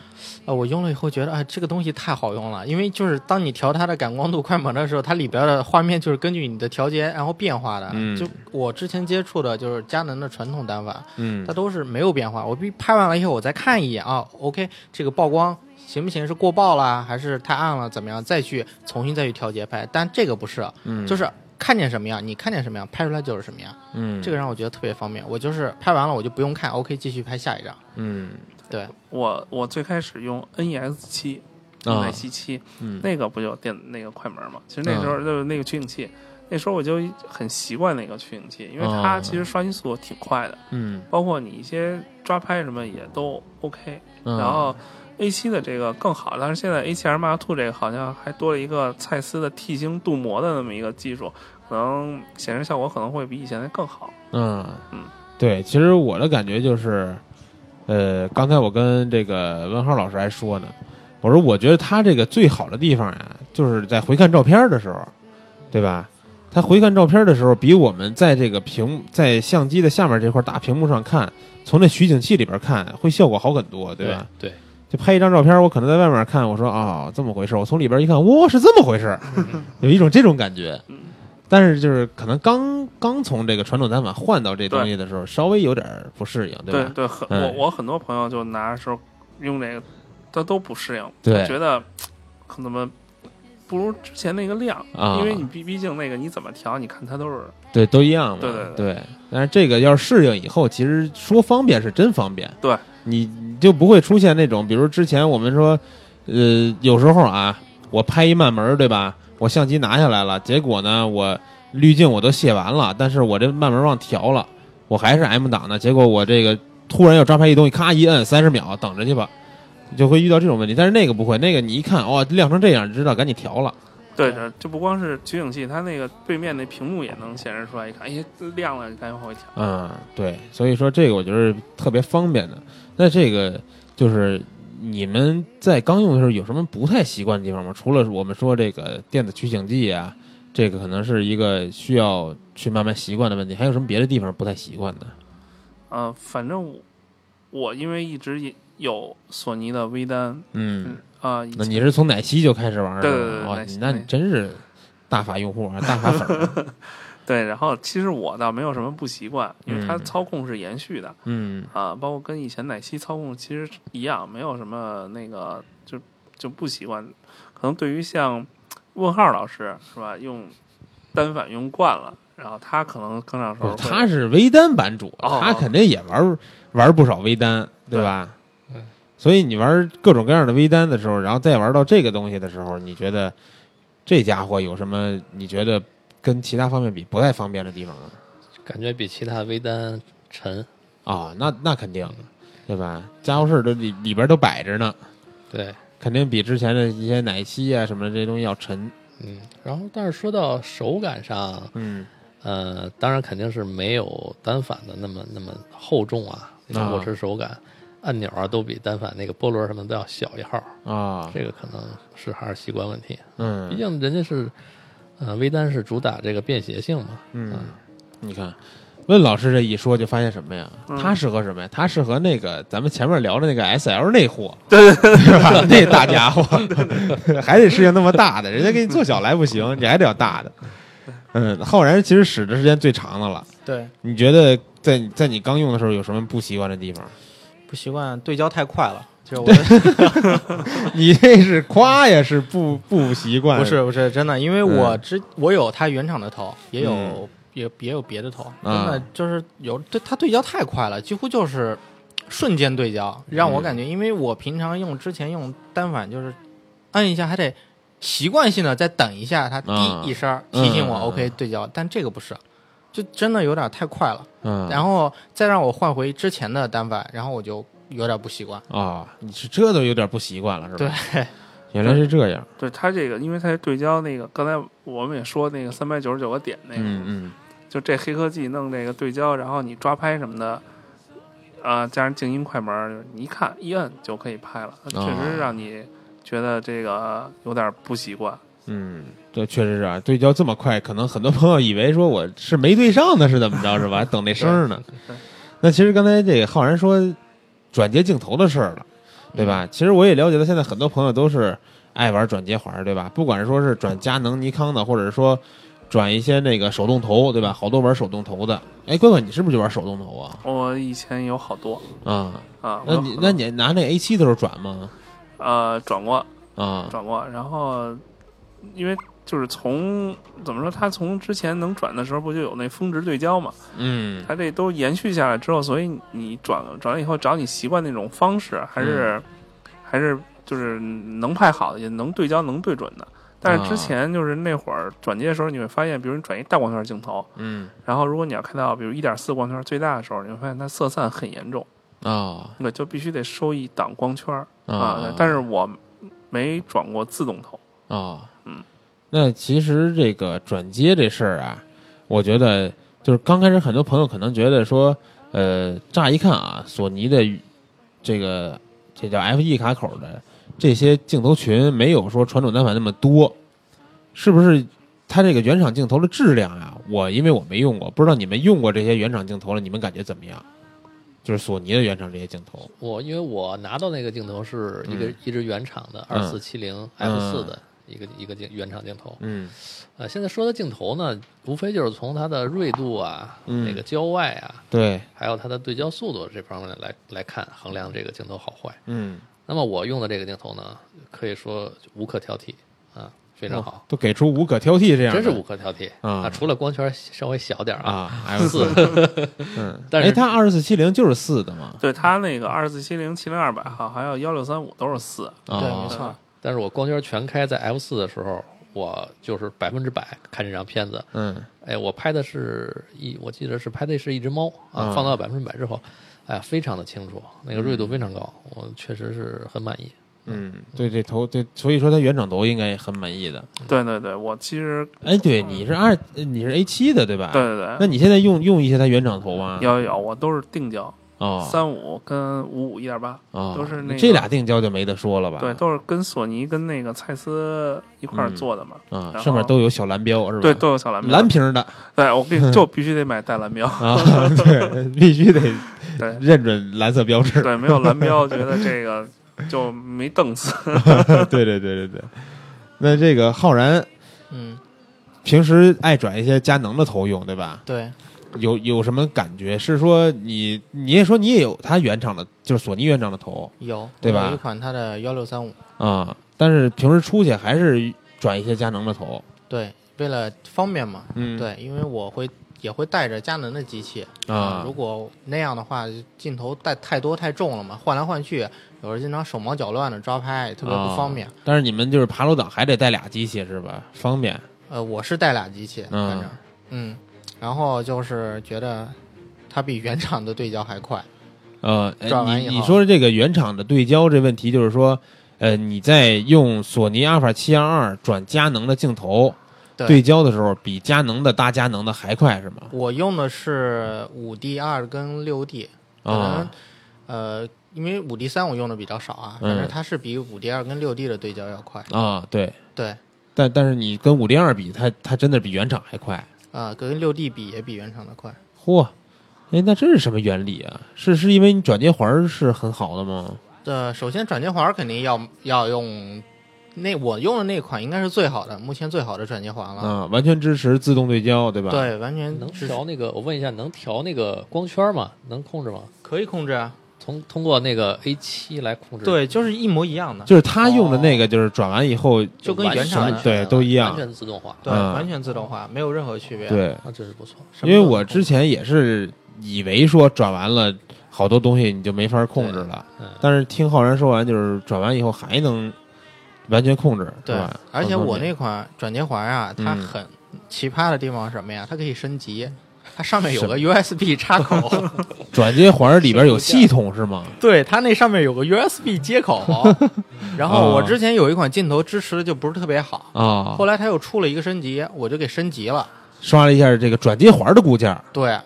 E: 呃，我用了以后觉得，哎，这个东西太好用了，因为就是当你调它的感光度、快门的时候，它里边的画面就是根据你的调节然后变化的。
C: 嗯
E: 就我之前接触的就是佳能的传统单反，
C: 嗯
E: 它都是没有变化。我必拍完了以后，我再看一眼啊，OK，这个曝光行不行？是过曝啦，还是太暗了？怎么样？再去重新再去调节拍。但这个不是，
C: 嗯，
E: 就是看见什么样，你看见什么样，拍出来就是什么样。
C: 嗯
E: 这个让我觉得特别方便。我就是拍完了，我就不用看，OK，继续拍下一张。
C: 嗯，
E: 对，
D: 我我最开始用 NES 七，用
C: 啊
D: 奶，昔七，
C: 嗯，
D: 那个不就电那个快门嘛？其实那时候就是那个取景器，那时候我就很习惯那个取景器，因为它
C: 哦
D: 其实刷新速度挺快的，
C: 嗯，
D: 包括你一些抓拍什么也都 OK。
C: 嗯
D: 然后 A 七的这个更好，但是现在 A 七 M R Two 这个好像还多了一个蔡司的 T 星镀膜的那么一个技术，可能显示效果可能会比以前的更好。
C: 嗯
D: 嗯，
C: 对，其实我的感觉就是，呃，刚才我跟这个文浩老师还说呢，我说我觉得他这个最好的地方呀，就是在回看照片的时候，对吧？他回看照片的时候，比我们在这个屏在相机的下面这块大屏幕上看，从那取景器里边看，会效果好很多，对吧？
F: 对，
C: 就拍一张照片，我可能在外面看，我说啊、这么回事儿我从里边一看，哇、是这么回事儿有一种这种感觉。但是就是可能刚刚从这个传统单反换到这东西的时候，稍微有点儿不适应，
D: 对
C: 吧？
D: 对，很
C: 哎
D: 我我很多朋友就拿的时候用这个，他都不适应，
C: 对
D: 就觉得可能么不如之前那个亮，
C: 啊
D: 因为你毕毕竟那个你怎么调，你看它都是
C: 对都一样嘛。
D: 对对对
C: 但是这个要是适应以后，其实说方便是真方便。
D: 对，
C: 你你就不会出现那种，比如之前我们说，呃，有时候啊，我拍一慢门儿，对吧？我相机拿下来了，结果呢，我滤镜我都卸完了，但是我这慢门忘调了，我还是 M 档呢。结果我这个突然要抓拍一东西，咔一摁三十秒，等着去吧，就会遇到这种问题。但是那个不会，那个你一看哦，亮成这样，知道赶紧调了。
D: 对的，就不光是取景器，它那个对面那屏幕也能显示出来，一看，哎，亮了，赶紧往回调。
C: 嗯，对，所以说这个我觉得是特别方便的。那这个就是你们在刚用的时候有什么不太习惯的地方吗？除了我们说这个电子取景器啊，这个可能是一个需要去慢慢习惯的问题，还有什么别的地方不太习惯的？
D: 呃，反正我我因为一直也有索尼的微单，
C: 嗯，
D: 啊、
C: 那你是从奶昔就开始玩的吗？
D: 对对对对
C: 哇
D: 奶昔
C: 那你真是大法用户啊，大法粉儿。
D: 对，然后其实我倒没有什么不习惯，因为它
C: 嗯
D: 操控是延续的。
C: 嗯
D: 啊，包括跟以前奶昔操控其实一样，没有什么那个就就不习惯。可能对于像问号老师是吧，用单反用惯了，然后他可能更上
C: 不
F: 哦
C: 是
D: 手。
C: 他是微单版主，
D: 哦
C: 他肯定也玩玩不少微单，对吧？
F: 对嗯
C: 所以你玩各种各样的微单的时候，然后再玩到这个东西的时候，你觉得这家伙有什么？你觉得跟其他方面比不太方便的地方吗？
F: 感觉比其他微单沉。
C: 啊、那那肯定，对吧？家伙事儿都里里边都摆着呢，
F: 对，
C: 肯定比之前的一些奶昔啊什么的这些东西要沉。
F: 嗯，然后但是说到手感上，
C: 嗯
F: 呃，当然肯定是没有单反的那么那么厚重啊，
C: 啊
F: 握持手感、按钮啊都比单反那个波轮什么都要小一号，
C: 啊，
F: 这个可能是还是习惯问题。毕
C: 嗯
F: 竟人家是，呃，微单是主打这个便携性嘛，
C: 嗯，你看。问老师这一说，就发现什么呀？
D: 嗯
C: 他适合什么呀？他适合那个咱们前面聊的那个 S L 那货，
D: 对对
C: 是吧？那大家伙 还得适应那么大的，人家给你做小来不行，你还得要大的。嗯，浩然其实使的时间最长的了。
E: 对，
C: 你觉得在你在你刚用的时候有什么不习惯的地方？
E: 不习惯对焦太快了，就是我的
C: 你这是夸呀，是不不习惯？
E: 不是不是真的，因为我之我有它原厂的头，也有
C: 嗯
E: 也也有别的头，真
C: 啊
E: 的就是有对它对焦太快了，几乎就是瞬间对焦，让
C: 嗯
E: 我感觉，因为我平常用之前用单反就是按一下还得习惯性的再等一下，它
C: 啊
E: 滴一声儿提醒我
C: 嗯
E: OK 对焦，但这个不是。就真的有点太快了，
C: 嗯，
E: 然后再让我换回之前的单反，然后我就有点不习惯。
C: 啊、你是这都有点不习惯了，是吧？
E: 对，
C: 原来是这样。
D: 对，它这个因为它对焦那个，刚才我们也说那个三百九十九个点那个，
C: 嗯嗯
D: 就这黑科技弄这个对焦，然后你抓拍什么的。啊，加上静音快门儿，就是你一看一摁就可以拍了，确
C: 哦
D: 实让你觉得这个有点不习惯。
C: 嗯，这确实是啊，对焦这么快，可能很多朋友以为说我是没对上呢，是怎么着是吧？还等那声儿呢
D: 对。
C: 那其实刚才这个浩然说转接镜头的事儿了，对吧？其实我也了解到，现在很多朋友都是爱玩转接环儿，对吧？不管是说是转佳能、尼康的，或者是说转一些那个手动头，对吧？好多玩手动头的。哎，乖乖，你是不是就玩手动头啊？
D: 我以前有好多
C: 啊，
D: 啊，我
C: 那
D: 有
C: 你
D: 好多
C: 那你拿那 A 七的时候转吗？
D: 呃转过
C: 啊
D: 转过，然后因为就是从怎么说，它从之前能转的时候不就有那峰值对焦嘛？
C: 嗯
D: 它这都延续下来之后，所以你转了转了以后，只要你习惯那种方式，还是、还是就是能拍好的，也能对焦，能对准的。但是之前就是那会儿转接的时候，你会发现，比如你转一大光圈镜头，
C: 嗯
D: 然后如果你要开到比如一点四光圈最大的时候，你会发现它色散很严重，
C: 啊
D: 那就必须得收一档光圈儿
C: 啊！
D: 但是我没转过自动头，
C: 啊，
D: 嗯，
C: 那其实这个转接这事儿啊，我觉得就是刚开始很多朋友可能觉得说，呃，乍一看啊，索尼的这个这叫 FE 卡口的这些镜头群没有说传统单反那么多，是不是？它这个原厂镜头的质量啊，我因为我没用过，不知道你们用过这些原厂镜头了，你们感觉怎么样？就是索尼的原厂这些镜头，
F: 我因为我拿到那个镜头是一个、
C: 嗯
F: 一支原厂的
C: 嗯
F: 二四七零 F 四的一个、一个镜原厂镜头。
C: 嗯
F: 呃，现在说的镜头呢，无非就是从它的锐度啊、
C: 嗯
F: 那个焦外啊，
C: 对，
F: 还有它的对焦速度这方面来来看衡量这个镜头好坏。
C: 嗯，
F: 那么我用的这个镜头呢，可以说无可挑剔啊，非常好，
C: 都给出无可挑哦剔这样的，
F: 真是无可挑剔
C: 啊
F: 除了光圈稍微小点儿啊，
C: 啊，F
F: 四
C: 四，嗯，
F: 但是
C: 哎它二四七零就是四的嘛，
D: 对它那个二四七零、七零二百哈，还有幺六三五都是四，
C: 啊、
E: 对，没错，
F: 但是我光圈全开在 F 四的时候，我就是百分之百看这张片子。
C: 嗯
F: 哎，我拍的是一，我记得是拍的是一只猫啊，
C: 嗯
F: 放到百分之百之后，哎，非常的清楚，那个锐度非常高，我确实是很满意。
C: 嗯，对，这头对，所以说它原厂头应该也很满意的。
D: 对对对，我其实
C: 哎，对，你是二，你是 A 七的对吧？
D: 嗯对。对
C: 那
D: 对，
C: 你现在用用一些它原厂头吗？
D: 有有有，我都是定焦，
C: 啊哦，
D: 三五跟五五一点八，
C: 哦
D: 都是那个
C: 这俩定焦就没得说了吧？
D: 对，都是跟索尼跟那个蔡司一块儿
C: 嗯
D: 做的嘛，
C: 啊，
D: 然
C: 上面
D: 后
C: 都有小蓝标是吧？
D: 对，都有小蓝标，
C: 蓝屏的
D: 对我跟你就必须得买带蓝标，
C: 啊， 对，必须得
D: 对
C: 认准蓝色标志。
D: 对，没有蓝标，觉得这个就没档次。
C: 对对对对对。那这个浩然
E: 嗯，
C: 平时爱转一些佳能的头用对吧？
E: 对，
C: 有有什么感觉？是说你你也说你也有它原厂的，就是索尼原厂的头
E: 有，
C: 对吧
E: 我有一款它的幺六三五，
C: 啊、但是平时出去还是转一些佳能的头。
E: 对，为了方便嘛，
C: 嗯，
E: 对，因为我会也会带着佳能的机器
C: 啊
E: 如，果那样的话，镜头带太多太重了嘛，换来换去，有时候经常手忙脚乱的抓拍，特别不方便。
C: 啊但是你们就是爬楼党还得带俩机器是吧？方便。
E: 呃，我是带俩机器，
C: 嗯
E: 反正嗯，然后就是觉得它比原厂的对焦还快。
C: 呃，哎
E: 转完
C: 你
E: 以后
C: 你说的这个原厂的对焦这问题，就是说，呃，你在用索尼阿尔法七二二转佳能的镜头
E: 对
C: 对焦的时候，比佳能的搭佳能的还快是吗？
E: 我用的是五 D 二跟六 D，可能、
C: 啊，
E: 呃，因为五 D 三我用的比较少啊，
C: 嗯
E: 反正它是比五 D 二跟六 D 的对焦要快。
C: 啊，对，
E: 对，
C: 但但是你跟五零二比，它它真的比原厂还快。
E: 啊、跟六 D 比也比原厂的快。
C: 嚯，哎，那这是什么原理啊？是是因为你转接环儿是很好的吗？
E: 呃，首先转接环儿肯定要要用，那我用的那款应该是最好的，目前最好的转接环了。
C: 啊，完全支持自动对焦，对吧？，
E: 对，完
C: 嗯
E: 全
F: 能
E: 是
F: 调那个？我问一下，能调那个光圈吗？能控制吗？
E: 可以控制啊。
F: 从通过那个 A 七来控制？，
E: 对，就是一模一样的，
C: 就是他用的
E: 哦
C: 那个，就是转完以后，
E: 就跟原厂
C: 完
E: 的
C: 全对都一样
F: 完全自动化，
E: 对、
C: 嗯
E: 完全自动化，没有任何区别。，
C: 对，
F: 那真是不错。
E: 什
C: 因为
E: 么都能
C: 我之前也是以为说转完了好多东西你就没法控制了，
F: 嗯，
C: 但是听浩然说完，就是转完以后还能完全控制，
E: 对
C: 是吧？
E: 而且
C: 很方
E: 我
C: 便
E: 那款转接环啊，它
C: 嗯
E: 很奇葩的地方是什么呀？它可以升级，它上面有
C: 什
E: 个 USB 插口，
C: 转接环儿里边有系统是吗？
E: 对，它那上面有个 USB 接 口。然后
C: 嗯
E: 我之前有一款镜头支持的就不是特别好，
C: 啊
E: 后，来它又出了一个升级，我就给升级了，
C: 刷了一下这个转接环儿的固件儿，
E: 对，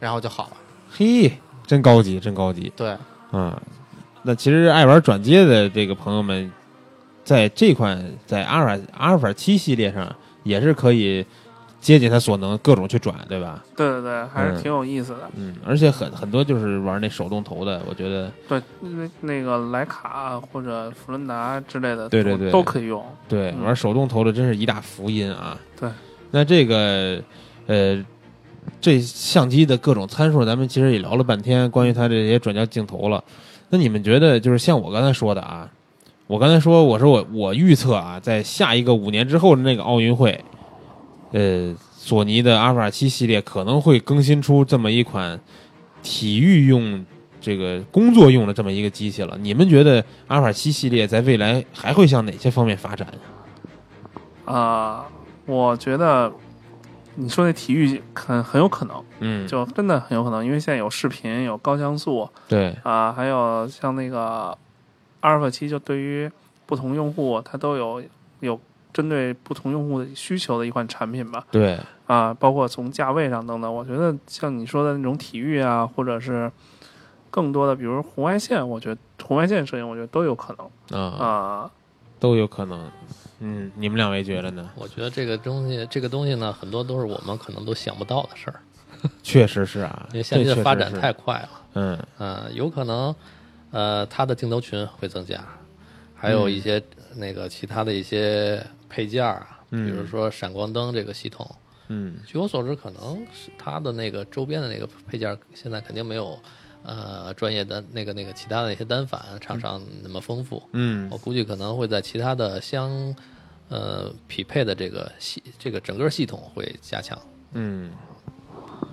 E: 然后就好了，
C: 嘿，真高级，真高级。
E: 对，
C: 啊、那其实爱玩转接的这个朋友们，在这款在阿尔法阿尔法七系列上也是可以竭尽他所能各种去转，对吧？
D: 对对对，还
C: 嗯
D: 是挺有意思的。
C: 嗯，而且很很多就是玩那手动头的，我觉得
D: 对，那那个徕卡啊或者弗伦达之类的，
C: 对对
D: 都
C: 对
D: 都可以用。
C: 对
D: 嗯
C: 玩手动头的真是一大福音啊。
D: 对，
C: 那这个呃。这相机的各种参数，咱们其实也聊了半天，关于它这些转焦镜头了。那你们觉得，就是像我刚才说的啊，我刚才说，我说我我预测啊，在下一个五年之后的那个奥运会，呃，索尼的阿尔法七系列可能会更新出这么一款体育用、这个工作用的这么一个机器了。你们觉得阿尔法七系列在未来还会向哪些方面发展？
D: 啊、我觉得你说那体育很很有可能，
C: 嗯，
D: 就真的很有可能，因为现在有视频，有高像素
C: 对，
D: 啊，还有像那个阿尔法七，就对于不同用户，它都有有针对不同用户的需求的一款产品吧。
C: 对，
D: 啊，包括从价位上等等，我觉得像你说的那种体育啊，或者是更多的，比如红外线，我觉得红外线摄影，我觉得都有可
C: 啊，
D: 能啊。
C: 都有可能。嗯，你们两位觉得呢？
F: 我觉得这个东西，这个东西呢，很多都是我们可能都想不到的事儿，
C: 确实是啊，
F: 因为相机
C: 这确
F: 的
C: 实
F: 发展
C: 是
F: 太快了。
C: 嗯
F: 呃，有可能，呃，它的镜头群会增加，还
C: 嗯
F: 有一些、那个其他的一些配件儿啊，
C: 嗯
F: 比如说闪光灯这个系统。
C: 嗯
F: 据我所知，可能是它的那个周边的那个配件儿，现在肯定没有呃专业的那个那个其他的一些单反厂商那么丰富。
C: 嗯
F: 我估计可能会在其他的相呃匹配的这个系这个整个系统会加强。
C: 嗯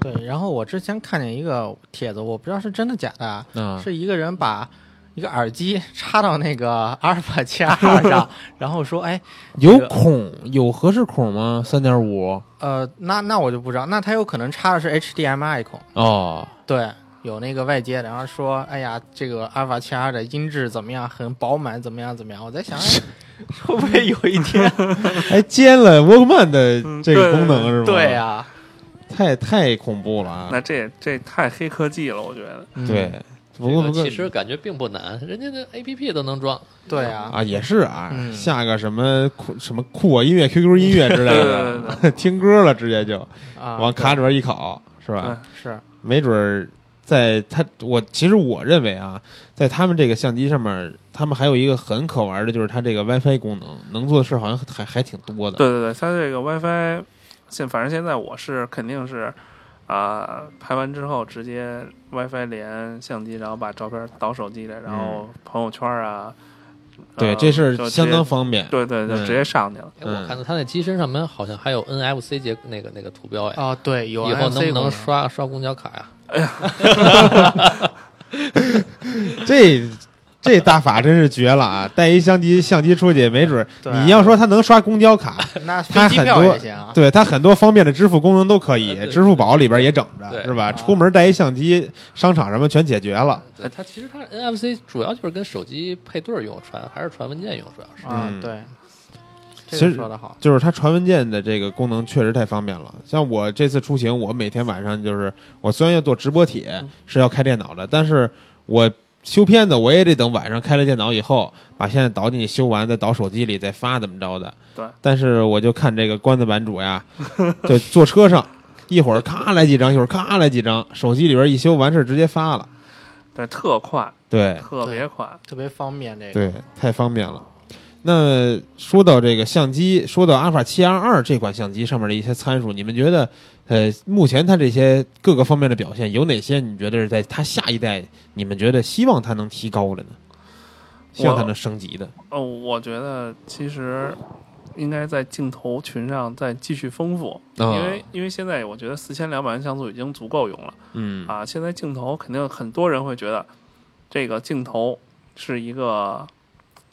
E: 对，然后我之前看见一个帖子，我不知道是真的假的啊，
F: 嗯
C: 啊，
E: 是一个人把一个耳机插到那个阿尔法 七 R 上，然后说：“哎，
C: 有孔有合适孔吗？三点五
E: 呃，那那我就不知道，那他有可能插的是 HDMI 孔，
C: 哦，
E: 对，有那个外接的，然后说：‘哎呀，这个阿尔法七 R 的音质怎么样？很饱满，怎么样？怎么样？’我在想，哎会不会有一 天？
C: 还哎兼了 Walkman 的这个功能是吗？
E: 对啊呀、
C: 太太恐怖了啊！
D: 那这这太黑科技了，我觉得。
E: 嗯
C: 对，不过不
F: 这
C: 过
F: 个其实感觉并不难，人家的 A P P 都能装。
E: 对呀、
C: 啊也是啊，
E: 嗯
C: 下个什么酷什么酷啊我音乐、QQ 音乐之类
D: 对对对
C: 的，听歌了直接就
E: 啊，
C: 往卡
E: 看
C: 里边一拷，是吧？
D: 对
E: 是，
C: 没准儿在他我其实我认为啊，在他们这个相机上面，他们还有一个很可玩的，就是它这个 WiFi 功能，能做的事儿好像还还挺多的。
D: 对对对，它这个 WiFi，现反正现在我是肯定是啊、拍完之后直接 WiFi 连相机，然后把照片导手机里，然后朋友圈啊，
C: 嗯对，
D: 呃
C: 这事
D: 就
C: 儿
D: 直
C: 相当
D: 接
C: 方便。
D: 对对，就
C: 嗯
D: 直接上去了。
F: 哎，
C: 嗯
F: 我看到它那机身上面好像还有 NFC 接那个那个图标哎，
E: 哦，对，有
F: 以后能
E: NFC
F: 不
E: 功
F: 能 刷刷公交卡呀？
C: 这这大法真是绝了啊！带一相机相机出去，没准
E: 对
C: 儿你要说它能刷公交卡，
E: 那
C: 它
E: 飞机
C: 很
E: 票
C: 多
E: 也行啊。
C: 对它很多方面的支付功能都可以
F: 呃，对
C: 支付宝里边也整着，
F: 对
C: 是
E: 啊
C: 吧？出门带一相机，商场什么全解决了。
F: 对，它其实它 NFC 主要就是跟手机配对儿用，传还是传文件用，主要是。
E: 啊
C: 嗯，
E: 对，
C: 其
E: 这个
C: 实
E: 说的好。
C: 就是它传文件的这个功能确实太方便了。像我这次出行，我每天晚上就是，我虽然要做直播帖是要开电脑的，但是我修片子我也得等晚上开了电脑以后，把现在导进去修完，再导手机里再发怎么着的。
D: 对。
C: 但是我就看这个关子版主呀， 就坐车上。一会儿咔来几张，一会儿咔来几张，手机里边一修完事儿直接发了。
D: 对，特快，
C: 对，
D: 特别快。
E: 特别方便这个。
C: 对，太方便了。那说到这个相机，说到阿尔法七 R 二这款相机上面的一些参数，你们觉得，呃，目前它这些各个方面的表现有哪些？你觉得是在它下一代，你们觉得希望它能提高的呢？希望它能升级的。
D: 哦，我觉得其实应该在镜头群上再继续丰富，
C: 啊
D: 因为因为现在我觉得四千两百万像素已经足够用了
C: 嗯
D: 啊。现在镜头肯定很多人会觉得这个镜头是一个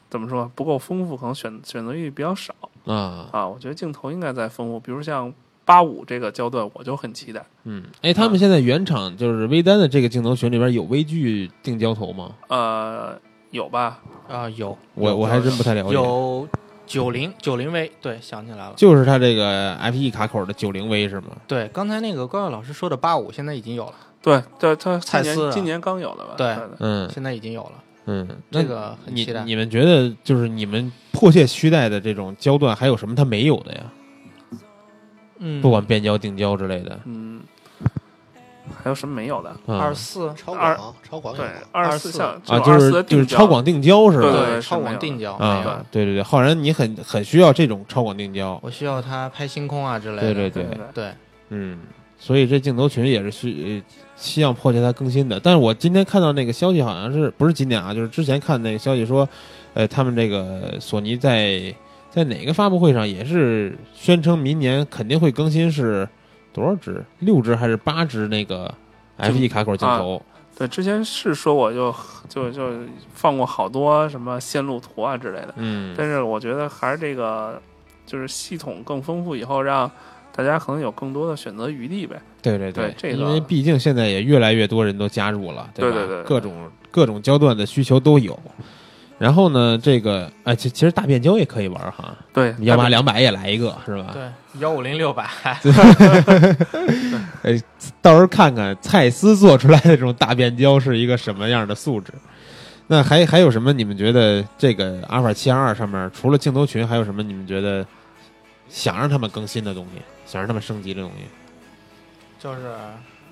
D: 怎么说不够丰富，可能选选择域比较少
C: 啊，
D: 啊。我觉得镜头应该再丰富，比如像八五这个焦段，我就很期待。
C: 嗯，哎，他们现在原厂就是微单的这个镜头群里边有微距定焦头吗？
D: 呃，有吧？
E: 啊、有
C: 我我还真不太了解。
E: 有九零九零 V，对，想起来了。
C: 就是它这个 FE 卡口的九零 V 是吗？
E: 对，刚才那个高耀老师说的八五，现在已经有了，
D: 对，对，它今
E: 蔡司
D: 年
E: 啊
D: 今年刚有的吧？
E: 对
D: 对
C: 嗯
E: 现在已经有了，
C: 嗯，那
E: 这个很
C: 你
E: 期待。
C: 你们觉得就是你们迫切期待的这种焦段，还有什么它没有的呀？
E: 嗯，
C: 不管变焦、定焦之类的。
D: 嗯，还有什么没有的？
C: 啊
E: 二四
F: 超
D: 二
F: 广，超广有
D: 对
F: 吗，
D: 二
E: 24
D: 像
C: 啊，
D: 就
C: 就是
D: 24的
C: 是就
D: 定
C: 是
D: 焦
C: 超广定焦是
D: 对
C: 吧？
D: 对是
E: 超
D: 没
E: 广
D: 有
E: 定焦没有
C: 啊，对对对，浩然你很很需要这种超广定焦。
E: 我需要它拍星空啊之类
C: 对
E: 的。
C: 对
D: 对对
C: 对，
D: 对，
E: 对
C: 嗯，所以这镜头群也是需呃希望迫切它更新的。但是我今天看到那个消息，好像是不是今天啊？就是之前看那个消息说，呃，他们这个索尼在在哪个发布会上也是宣称明年肯定会更新是多少只，六只还是八只那个 F E 卡口镜头？
D: 对，之前是说我就就就放过好多什么线路图啊之类的，
C: 嗯，
D: 但是我觉得还是这个就是系统更丰富以后，让大家可能有更多的选择余地呗。
C: 对对
D: 对这个
C: 因为毕竟现在也越来越多人都加入了，吧？
D: 对对对
C: 各种各种焦段的需求都有。然后呢，这个哎，其其实大变焦也可以玩哈，
D: 对，
C: 幺八两百也来一个是吧？
E: 对，幺五零六百，
C: 到时候看看蔡司做出来的这种大变焦是一个什么样的素质。那还还有什么？你们觉得这个阿尔法七二二上面除了镜头群，还有什么你们觉得想让他们更新的东西，想让他们升级的东西？
E: 就是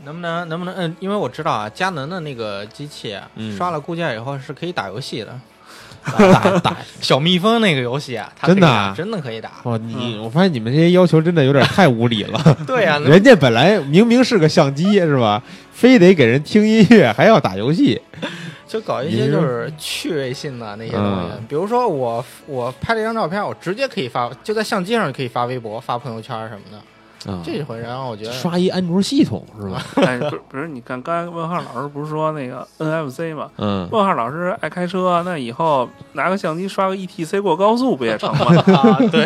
E: 能不能能不能嗯，因为我知道啊，佳能的那个机器啊
C: 嗯
E: 刷了固件以后是可以打游戏的，啊
C: 打 打
E: 小蜜蜂那个游戏啊，它可以
C: 真的
E: 打
C: 啊
E: 真的可以打。
C: 哦，你我发现你们这些要求真的有点太无理 了。
E: 对啊呀、
C: 人家本来明明是个相机是吧，非得给人听音乐，还要打游戏。
E: 就搞一
C: 你
E: 些
C: 是
E: 就是趣味性的那些东西，
C: 嗯
E: 比如说我我拍了一张照片，我直接可以发，就在相机上可以发微博、发朋友圈什么的，
C: 啊
E: 这会让我觉得
C: 刷一安卓系统是吧？
D: 哎，不是不是，你看刚才问号老师不是说那个 NFC 吗？
C: 嗯，
D: 问号老师爱开车，那以后拿个相机刷个 ETC 过高速不也 成吗？
E: 啊，对，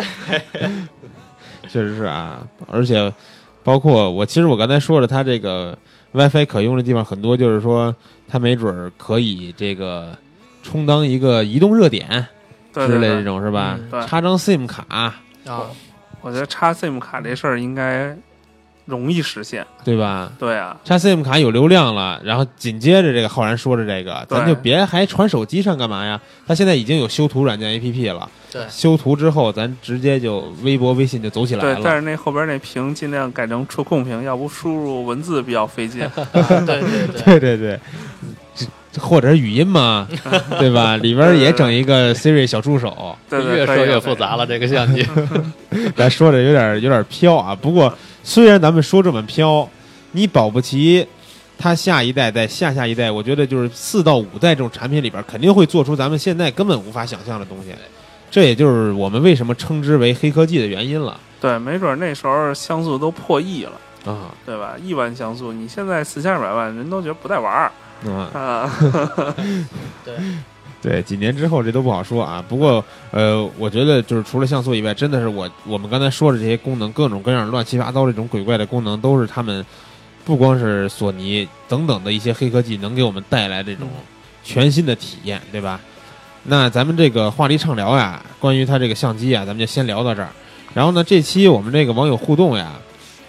C: 确实是啊，而且包括我，其实我刚才说了，它这个 WiFi 可用的地方很多，就是说它没准儿可以这个充当一个移动热点
D: 对
C: 之
D: 对
C: 类这
D: 对，
C: 种是吧
E: 嗯？
D: 对
C: 插张 SIM 卡
E: 啊，
D: 我觉得插 SIM 卡这事儿应该容易实现。
C: 对吧？
D: 对啊，
C: 插 SIM 卡有流量了，然后紧接着这个浩然说的这个，
D: 对
C: 咱就别还传手机上干嘛呀？它现在已经有修图软件 APP 了，
E: 对
C: 修图之后咱直接就微博、微信就走起来
D: 对，但
C: 了。
D: 是那后边那屏尽量改成触控屏，要不输入文字比较 费劲。
E: 啊对对对，
C: 对对对，这或者是语音嘛，对吧？里边儿也整一个 Siri 小助手。
D: 对对，
F: 越说
D: 对
F: 越复。杂了，这个相机。
C: 咱说的有点有点飘啊。不过虽然咱们说这么飘，你保不齐它下一代在下下一代，我觉得就是四到五代这种产品里边，肯定会做出咱们现在根本无法想象的东西。这也就是我们为什么称之为黑科技的原因了
D: 对，没准那时候像素都破亿了，
C: 啊
D: 对吧？亿万像素，你现在四千二百万人都觉得不带玩儿
C: 啊！
D: 啊。
C: 对，几年之后这都不好说啊。不过，呃，我觉得就是除了像素以外，真的是我我们刚才说的这些功能，各种各样乱七八糟这种鬼怪的功能，都是他们不光是索尼等等的一些黑科技能给我们带来这种全新的体验，对吧？那咱们这个话题畅聊呀，关于它这个相机啊，咱们就先聊到这儿。然后呢，这期我们这个网友互动呀，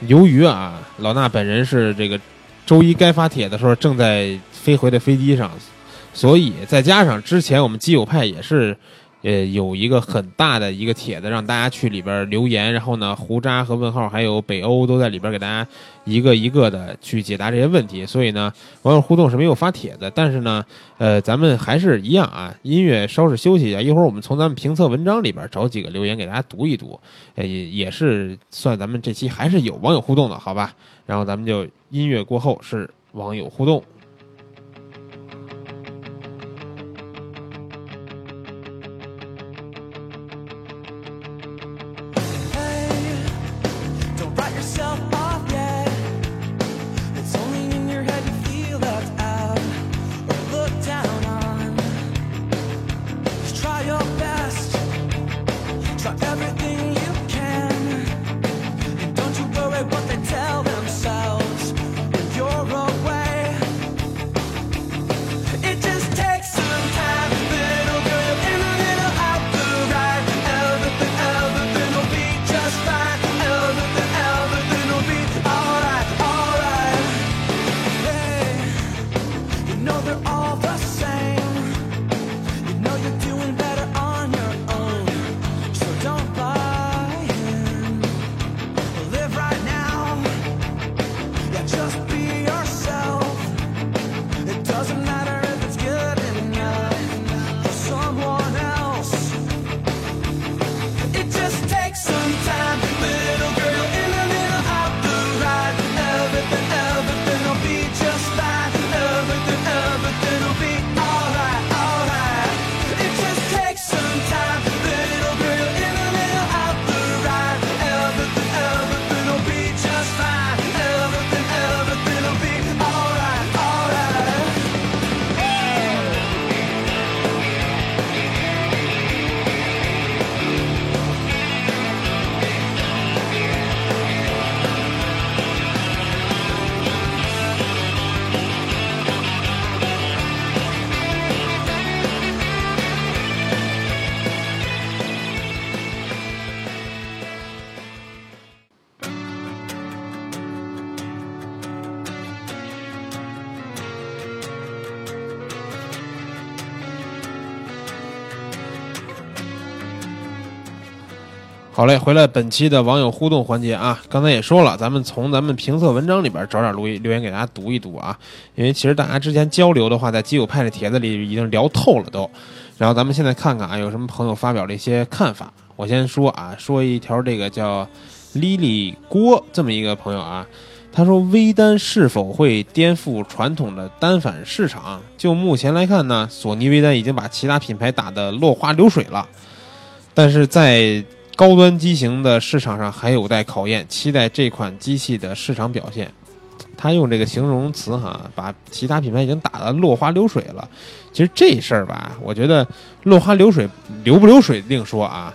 C: 由于啊，老衲本人是这个周一该发帖的时候正在飞回的飞机上，所以再加上之前我们基友派也是，呃，有一个很大的一个帖子让大家去里边留言，然后呢，胡渣和问号还有北欧都在里边给大家一个一个的去解答这些问题，所以呢，网友互动是没有发帖子，但是呢，呃，咱们还是一样啊，音乐稍事休息一下，一会儿我们从咱们评测文章里边找几个留言给大家读一读，呃，也也是算咱们这期还是有网友互动的，好吧？然后咱们就音乐过后是网友互动。
A: Don't write yourself off yet. It's only in your head you feel left out or looked down on. Just try your best. Try everything you can. And don't you worry what they tell themselves when you're away.
C: 好嘞，回来本期的网友互动环节啊，刚才也说了，咱们从咱们评测文章里边找点留言留言给大家读一读啊，因为其实大家之前交流的话，在基友派的帖子里已经聊透了都，然后咱们现在看看啊，有什么朋友发表了一些看法。我先说啊，说一条这个叫 Lily 郭这么一个朋友啊，他说微单是否会颠覆传统的单反市场？就目前来看呢，索尼微单已经把其他品牌打得落花流水了，但是在高端机型的市场上还有待考验，期待这款机器的市场表现。他用这个形容词哈，把其他品牌已经打得落花流水了。其实这事儿吧，我觉得落花流水流不流水另说啊。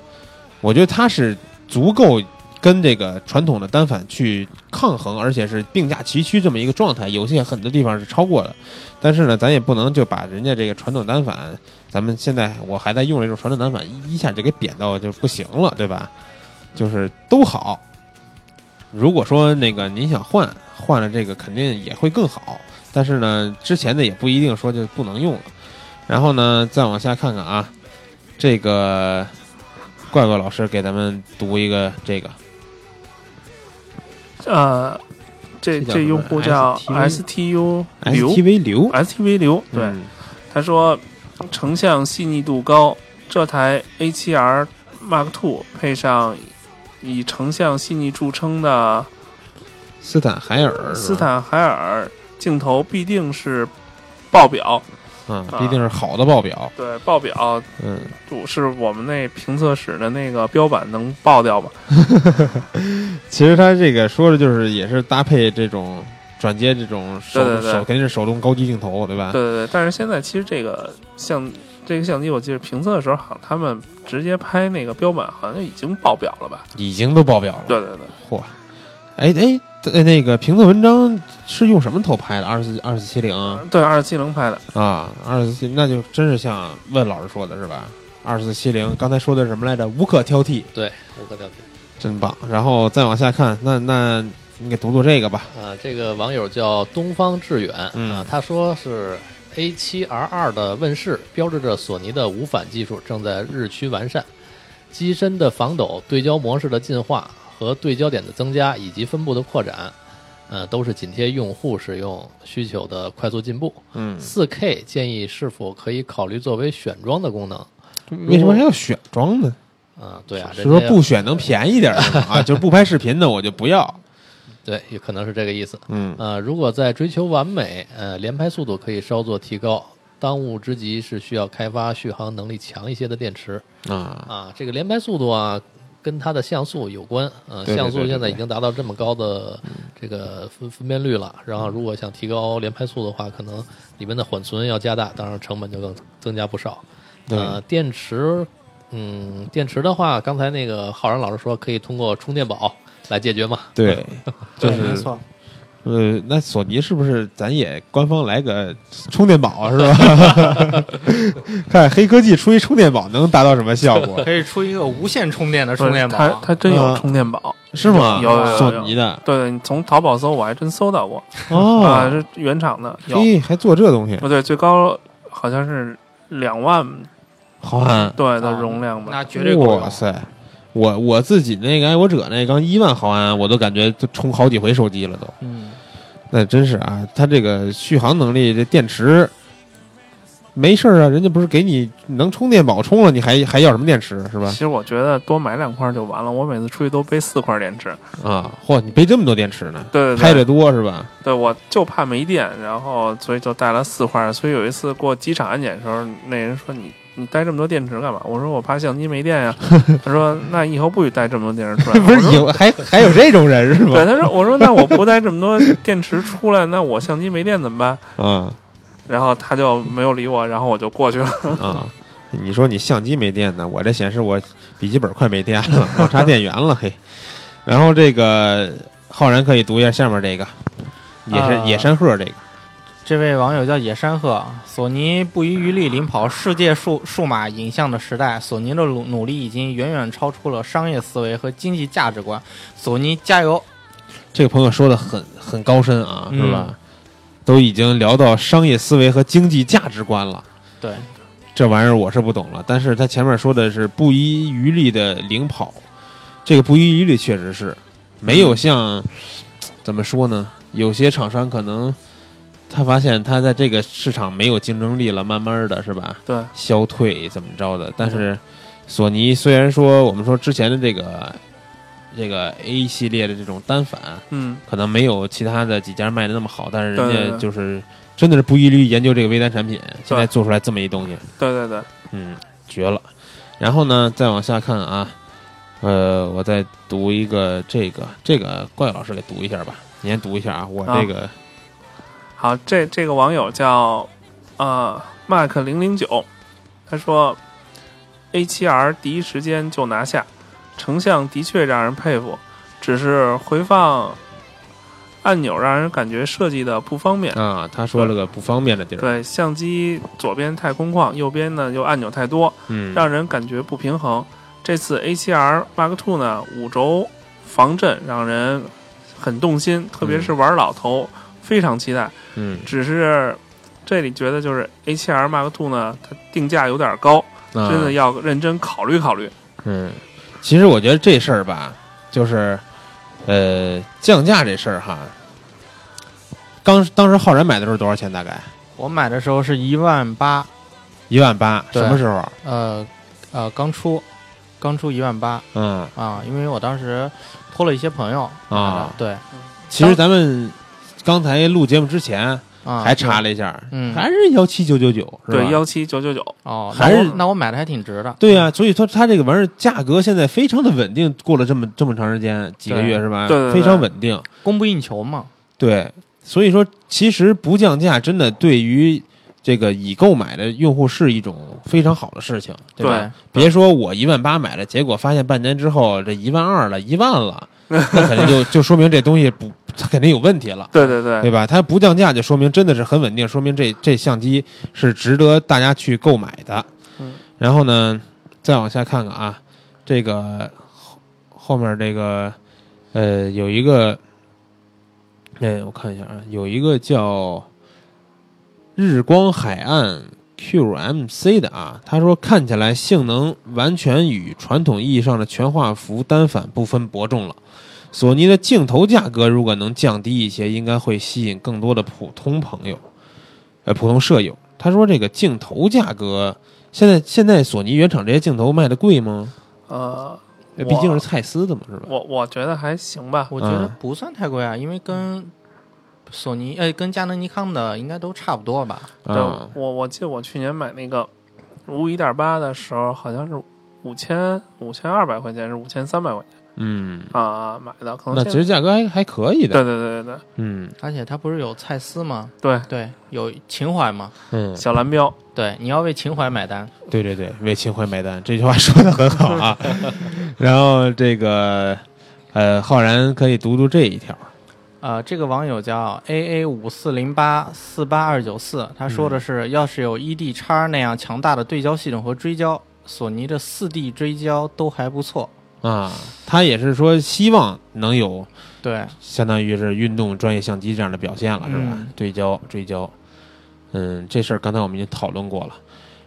C: 我觉得它是足够跟这个传统的单反去抗衡，而且是并驾齐驱这么一个状态。有些很多地方是超过的，但是呢，咱也不能就把人家这个传统单反，咱们现在我还在用这种传统单反，一一下就给贬到就不行了，对吧？就是都好。如果说那个您想换，换了这个肯定也会更好，但是呢，之前的也不一定说就不能用了。然后呢，再往下看看啊，这个怪怪老师给咱们读一个这个，
D: 呃，这
C: 这叫
D: 这
C: 什么
D: 用户叫 STU 刘
C: STV 流，
D: STV 刘，对，
C: 嗯
D: 他说成像细腻度高，这台 A7R Mark Two 配上以成像细腻著称的
C: 斯坦海尔，
D: 斯，坦海尔镜头，必定是爆表。
C: 嗯，
D: 啊
C: 必定是好的报表，
D: 对，爆表
C: 嗯，
D: 是我们那评测室的那个标板能爆掉吧？
C: 其实他这个说的就是也是搭配这种转接这种手
D: 对对对
C: 手肯定是手动高级镜头，对吧？
D: 对对对，但是现在其实这个相这个相机，我记得评测的时候，好像他们直接拍那个标板，好像就已经爆表了吧？
C: 已经都报表了，
D: 对对对，
C: 嚯，哎哎，呃那个评测文章是用什么头拍的？二四二四七零
D: 对，二七零拍的，
C: 啊，二四七，那就真是像问老师说的是吧？二四七零，刚才说的是什么来着？无可挑剔，
F: 对，无可挑剔。
C: 真棒。然后再往下看，那那你给读读这个吧。
F: 啊，这个网友叫东方致远
C: 嗯
F: 啊，他说是 A 7 R 二的问世，标志着索尼的无反技术正在日趋完善，机身的防抖、对焦模式的进化和对焦点的增加以及分布的扩展，呃，都是紧贴用户使用需求的快速进步。
C: 嗯，
F: 4K 建议是否可以考虑作为选装的功能？
C: 为什么还要选装呢？
F: 啊，对啊，
C: 是
F: 人
C: 说
F: 家
C: 不选能便宜点儿吗啊？就是不拍视频的我就不要。
F: 对，也可能是这个意思。
C: 嗯
F: 呃，如果在追求完美，呃，连拍速度可以稍作提高。当务之急是需要开发续航能力强一些的电池
C: 啊，
F: 啊。这个连拍速度啊，跟它的像素有关。呃，
C: 对对
F: 像
C: 对
F: 素
C: 对
F: 现在已
C: 对嗯
F: 经达到这么高的这个分分辨率了。然后，如果想提高连拍速度的话，可能里面的缓存要加大，当然成本就更增加不少。
C: 对
F: 呃，电池，嗯，电池的话，刚才那个浩然老师说可以通过充电宝来解决嘛。
C: 对，就
D: 对没
C: 是
D: 错。
C: 呃，那索尼是不是咱也官方来个充电宝是吧？ 看黑科技出一充电宝能达到什么效果？
E: 可以出一个无线充电的
D: 不
E: 充
D: 是
E: 电
D: 它
E: 宝。
D: 它真有
C: 嗯
D: 充电宝。
C: 是吗？
D: 有有有有
C: 索尼的
D: 对对，你从淘宝搜，我还真搜到过啊，
C: 哦，
D: 是原厂的，有
C: 嘿，还做这东西，
D: 不对，最高好像是两万
C: 好汉，
D: 对的
E: 啊
D: 容量吧，
E: 那绝对够用
C: 哇塞！我我自己那个爱国者那刚一万毫安，我都感觉都充好几回手机了都。
E: 嗯，
C: 那真是啊，它这个续航能力，这电池没事儿啊，人家不是给你能充电宝充了，你还还要什么电池是吧
D: 其？实我觉得多买两块就完了，我每次出去都背四块电池。
C: 啊，嚯，你背这么多电池呢？
D: 对对
C: 拍
D: 对
C: 的，多是吧？
D: 对我就怕没电，然后所以就带了四块。所以有一次过机场安检的时候，那人说你你带这么多电池干嘛？我说我怕相机没电呀。他说那以后不许带这么多电池出来。
C: 不
D: 我
C: 是
D: 说
C: 有还还有这种人是
D: 对，
C: 吧？
D: 他说我说那我不带这么多电池出来，那我相机没电怎么办？
C: 啊
D: 然后他就没有理我，然后我就过去了。
C: 啊！ 你说你相机没电呢，我这显示我笔记本快没电了，我插电源了嘿。然后这个浩然可以读一下下面这个，野山、
E: 啊
C: 野山鹤这个，
E: 这位网友叫野山鹤，索尼不遗余力领跑世界数数码影像的时代，索尼的努努力已经远远超出了商业思维和经济价值观，索尼加油！
C: 这个朋友说的很很高深啊，
E: 嗯
C: 是吧？都已经聊到商业思维和经济价值观了。
E: 对，
C: 这玩意儿我是不懂了，但是他前面说的是不遗余力的领跑，这个不遗余力确实是没有像怎么说呢？有些厂商可能他发现他在这个市场没有竞争力了，慢慢的是吧？
D: 对，
C: 消退怎么着的。但是索尼虽然说我们说之前的这个这个 A 系列的这种单反
D: 嗯，
C: 可能没有其他的几家卖的那么好，但是
D: 对对
C: 人家
D: 对
C: 就是真的是不遗余力研究这个微单产品，现在做出来这么一东西，
D: 对对对，
C: 嗯，绝了。然后呢，再往下看啊，呃，我再读一个这个这个怪老师给读一下吧，你先读一下啊，我这个、
D: 好，这这个网友叫呃 Mark 零零九，他说 A 7 R 第一时间就拿下，成像的确让人佩服，只是回放按钮让人感觉设计的不方便。
C: 啊，他说了个不方便的地儿，
D: 对，相机左边太空旷，右边呢又按钮太多，
C: 嗯，
D: 让人感觉不平衡。这次 A7R Mark Two 呢，五轴防震让人很动心，特别是玩老头，非常期待。
C: 嗯
D: 只是这里觉得就是 A7R Mark Two 呢，它定价有点高，
C: 啊
D: 真的要认真考虑考虑。
C: 嗯，其实我觉得这事儿吧，就是呃降价这事儿哈，刚当时浩然买的时候多少钱？大概
E: 我买的时候是一万八，
C: 一万八，
E: 对
C: 什么时候？
E: 呃呃，刚出，刚出一万八
C: 嗯
E: 啊，因为我当时托了一些朋友
C: 啊，
E: 对
C: 其实咱们刚才录节目之前
E: 啊，
C: 还查了一下，
E: 嗯
C: 还是幺七九九九，是吧
D: 对，幺七九九九，
E: 哦，
C: 还
E: 那我
C: 是
E: 那我买的还挺值的，
C: 对呀、所以说它这个玩意儿价格现在非常的稳定，过了这么这么长时间，几个
E: 对
C: 月是吧？
D: 对对对
C: 非常稳定。
E: 供不应求嘛，
C: 对，所以说其实不降价真的对于这个已购买的用户是一种非常好的事情，对吧？
D: 对
C: 别说我一万八买了，结果发现半年之后这一万二了，一万了，那肯定就 就说明这东西不，它肯定有问题了。
D: 对对对
C: 对吧？它不降价就说明真的是很稳定，说明这这相机是值得大家去购买的。
D: 嗯，
C: 然后呢，再往下看看啊，这个后后面这个呃有一个，哎，我看一下啊，有一个叫日光海岸 QMC 的啊，他说看起来性能完全与传统意义上的全画幅单反不分伯仲了。索尼的镜头价格如果能降低一些，应该会吸引更多的普通朋友，呃，普通舍友。他说这个镜头价格，现在现在索尼原厂这些镜头卖的贵吗？
D: 呃，
C: 呃
D: 我
C: 毕竟是蔡司的嘛，是吧？
D: 我我觉得还行吧。
E: 我觉得
C: 嗯
E: 不算太贵啊，因为跟索尼哎跟佳能、尼康的应该都差不多吧，
D: 对，
C: 啊，
D: 我我记得我去年买那个五一点八的时候，好像是五千五千二百块钱，是五千三百块钱
C: 嗯，
D: 啊买的，可能
C: 那
D: 现
C: 其
D: 在
C: 实价格还还可以的，
D: 对对对对
C: 嗯
E: 而且它不是有蔡司吗？
D: 对
E: 对，有情怀嘛，
C: 嗯
D: 对，，小蓝标，
E: 对，你要为情怀买单，
C: 对对对，为情怀买单，这句话说的很好 啊。然后这个呃，浩然可以读读这一条，
E: 呃，这个网友叫 A A 五四零八四八二九四，他说的
D: 嗯
E: 是，要是有 E D 叉那样强大的对焦系统和追焦，索尼的四 D 追焦都还不错。
C: 啊，他也是说希望能有
E: 对，
C: 相当于是运动专业相机这样的表现了，是吧？
E: 嗯
C: 对焦追焦，嗯，这事儿刚才我们已经讨论过了。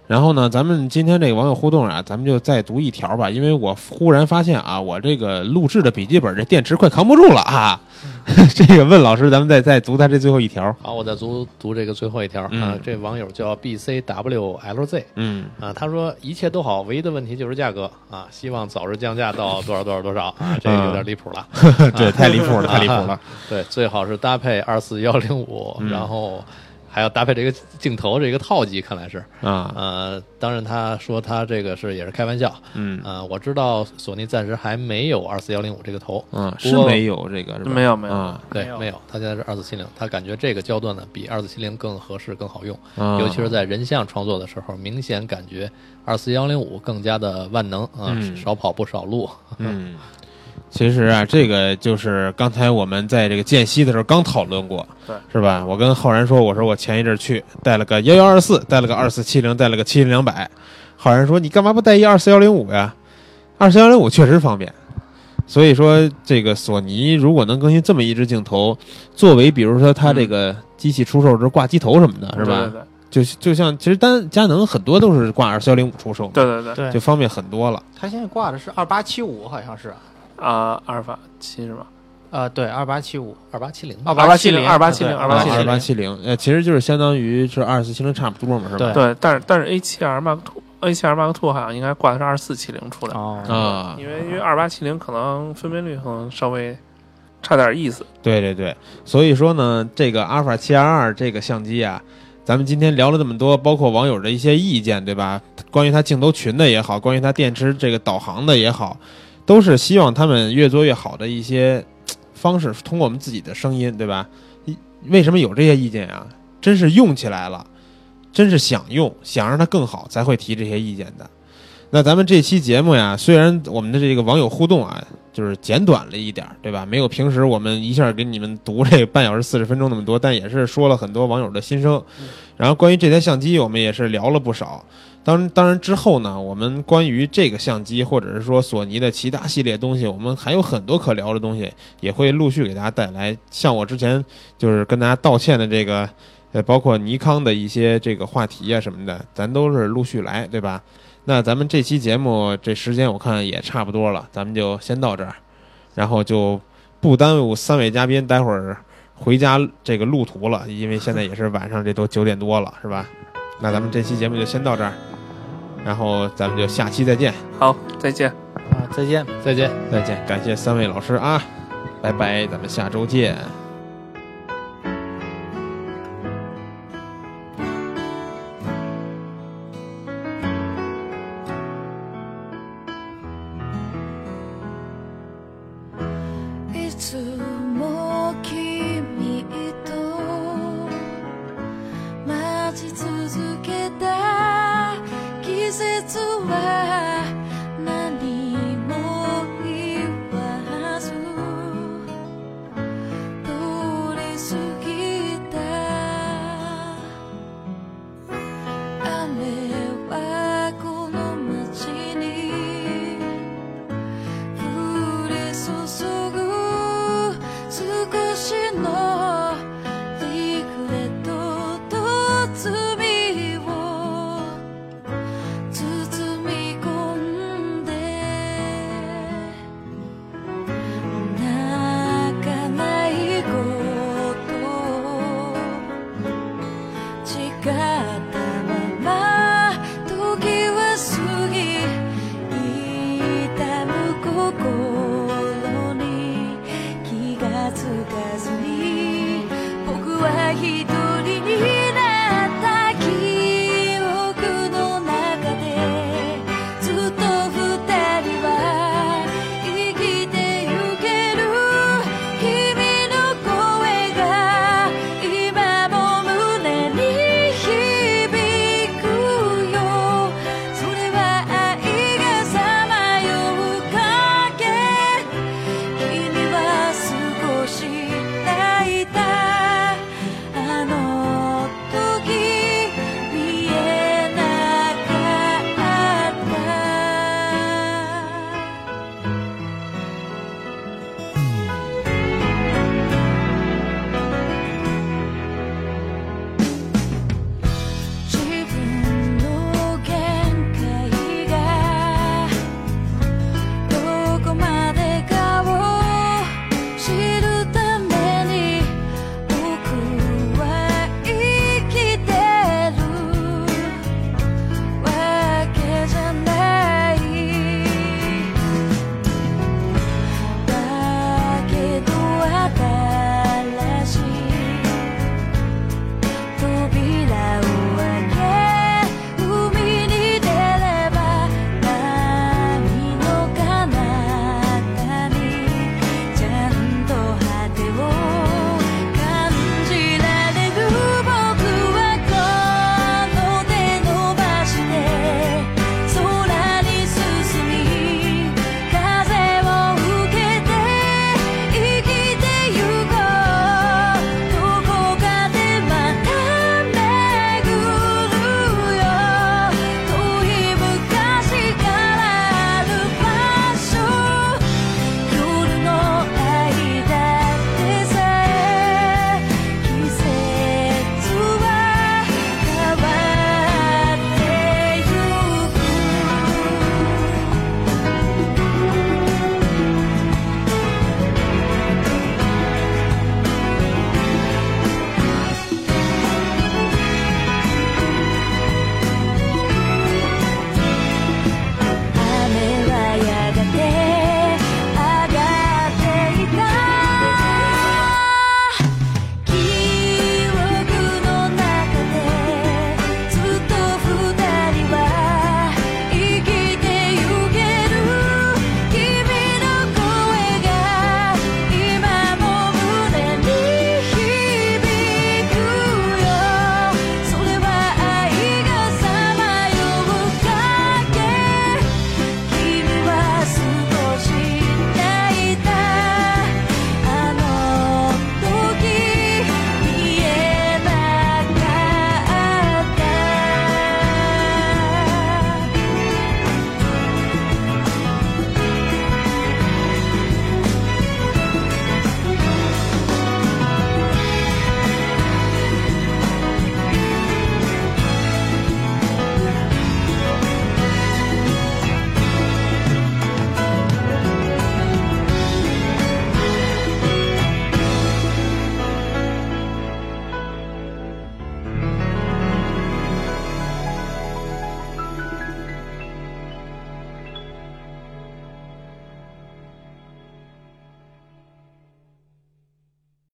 C: 然后呢，咱们今天这个网友互动啊，咱们就再读一条吧，因为我忽然发现啊，我这个录制的笔记本这电池快扛不住了啊。 这个问老师，咱们再再读他这最后一条。
F: 好，我再读读这个最后一条、啊
C: 嗯，
F: 这网友叫 B C W L Z
C: 嗯
F: 啊，他说一切都好，唯一的问题就是价格啊，希望早日降价到多少多少多少啊，这个有点离谱了。
C: 对，太离谱了，太离谱了。
F: 对，最好是搭配二四幺零五，然后还要搭配这个镜头这个套机，看来是。
C: 啊，
F: 呃，当然他说他这个是也是开玩笑。
C: 嗯
F: 呃，我知道索尼暂时还没有二四幺零五这个头。
C: 嗯，
F: 不
C: 是
F: 过
C: 没有这个是吧？
D: 没有没有
C: 啊
F: 对
E: 没，有
F: 没有，他现在是二四七零，他感觉这个焦段呢比二四七零更合适、更好用，
C: 啊
F: 尤其是在人像创作的时候，明显感觉二四幺零五更加的万能啊，
C: 嗯
F: 少跑步少路。
C: 嗯，其实啊，这个就是刚才我们在这个间隙的时候刚讨论过，
D: 对，
C: 是吧？我跟浩然说，我说我前一阵儿去带了个幺幺二四，带了个二四七零，带了个七零两百。浩然说：“你干嘛不带一二四幺零五呀？二四幺零五确实方便。”所以说，这个索尼如果能更新这么一支镜头，作为比如说它这个机器出售时候挂机头什么的，是吧？
D: 嗯对对
C: 就就像其实单佳能很多都是挂二四幺零五出售嘛，
D: 对对对对，
E: 对
C: 就方便很多了。
E: 他现在挂的是二八七五，好像是
D: 啊，阿尔法七是吗？
E: 呃，对，二八七五，
F: 二八七零
E: 二
D: 八
E: 七
D: 零，二八七零，
C: 二
D: 八
C: 二八
D: 零。
C: 七零，呃，其实就是相当于是二四七零差不多嘛，是吧？
D: 对，但是但是 A 七 R Mark Two，A 七 R Mark Two 好像应该挂的是二四七零嗯出来，
E: 哦，
C: 啊，
D: 因为因为二八七零可能分辨率可能稍微差点意思。
C: 对对对，所以说呢，这个阿尔法七 R 二这个相机啊，咱们今天聊了这么多，包括网友的一些意见，对吧？关于它镜头群的也好，关于它电池这个导航的也好，都是希望他们越做越好的一些嘖方式，通过我们自己的声音，对吧？一为什么有这些意见啊？真是用起来了，真是想用，想让它更好，才会提这些意见的。那咱们这期节目呀，虽然我们的这个网友互动啊，就是简短了一点儿，对吧？没有平时我们一下给你们读这半小时四十分钟那么多，但也是说了很多网友的心声。然后关于这台相机，我们也是聊了不少。当当然之后呢，我们关于这个相机或者是说索尼的其他系列东西，我们还有很多可聊的东西，也会陆续给大家带来。像我之前就是跟大家道歉的这个，呃，包括尼康的一些这个话题啊什么的，咱都是陆续来，对吧？那咱们这期节目这时间我看也差不多了，咱们就先到这儿，然后就不耽误三位嘉宾待会儿回家这个路途了，因为现在也是晚上，这都九点多了，是吧？那咱们这期节目就先到这儿，然后咱们就下期再见，
D: 好，再见。
E: 啊，再见。
F: 再见。
C: 再见，感谢三位老师啊，拜拜，咱们下周见。
H: いつも君と待ち続けた季節は何も言わず通り過ぎた雨はこの街に降り注ぐ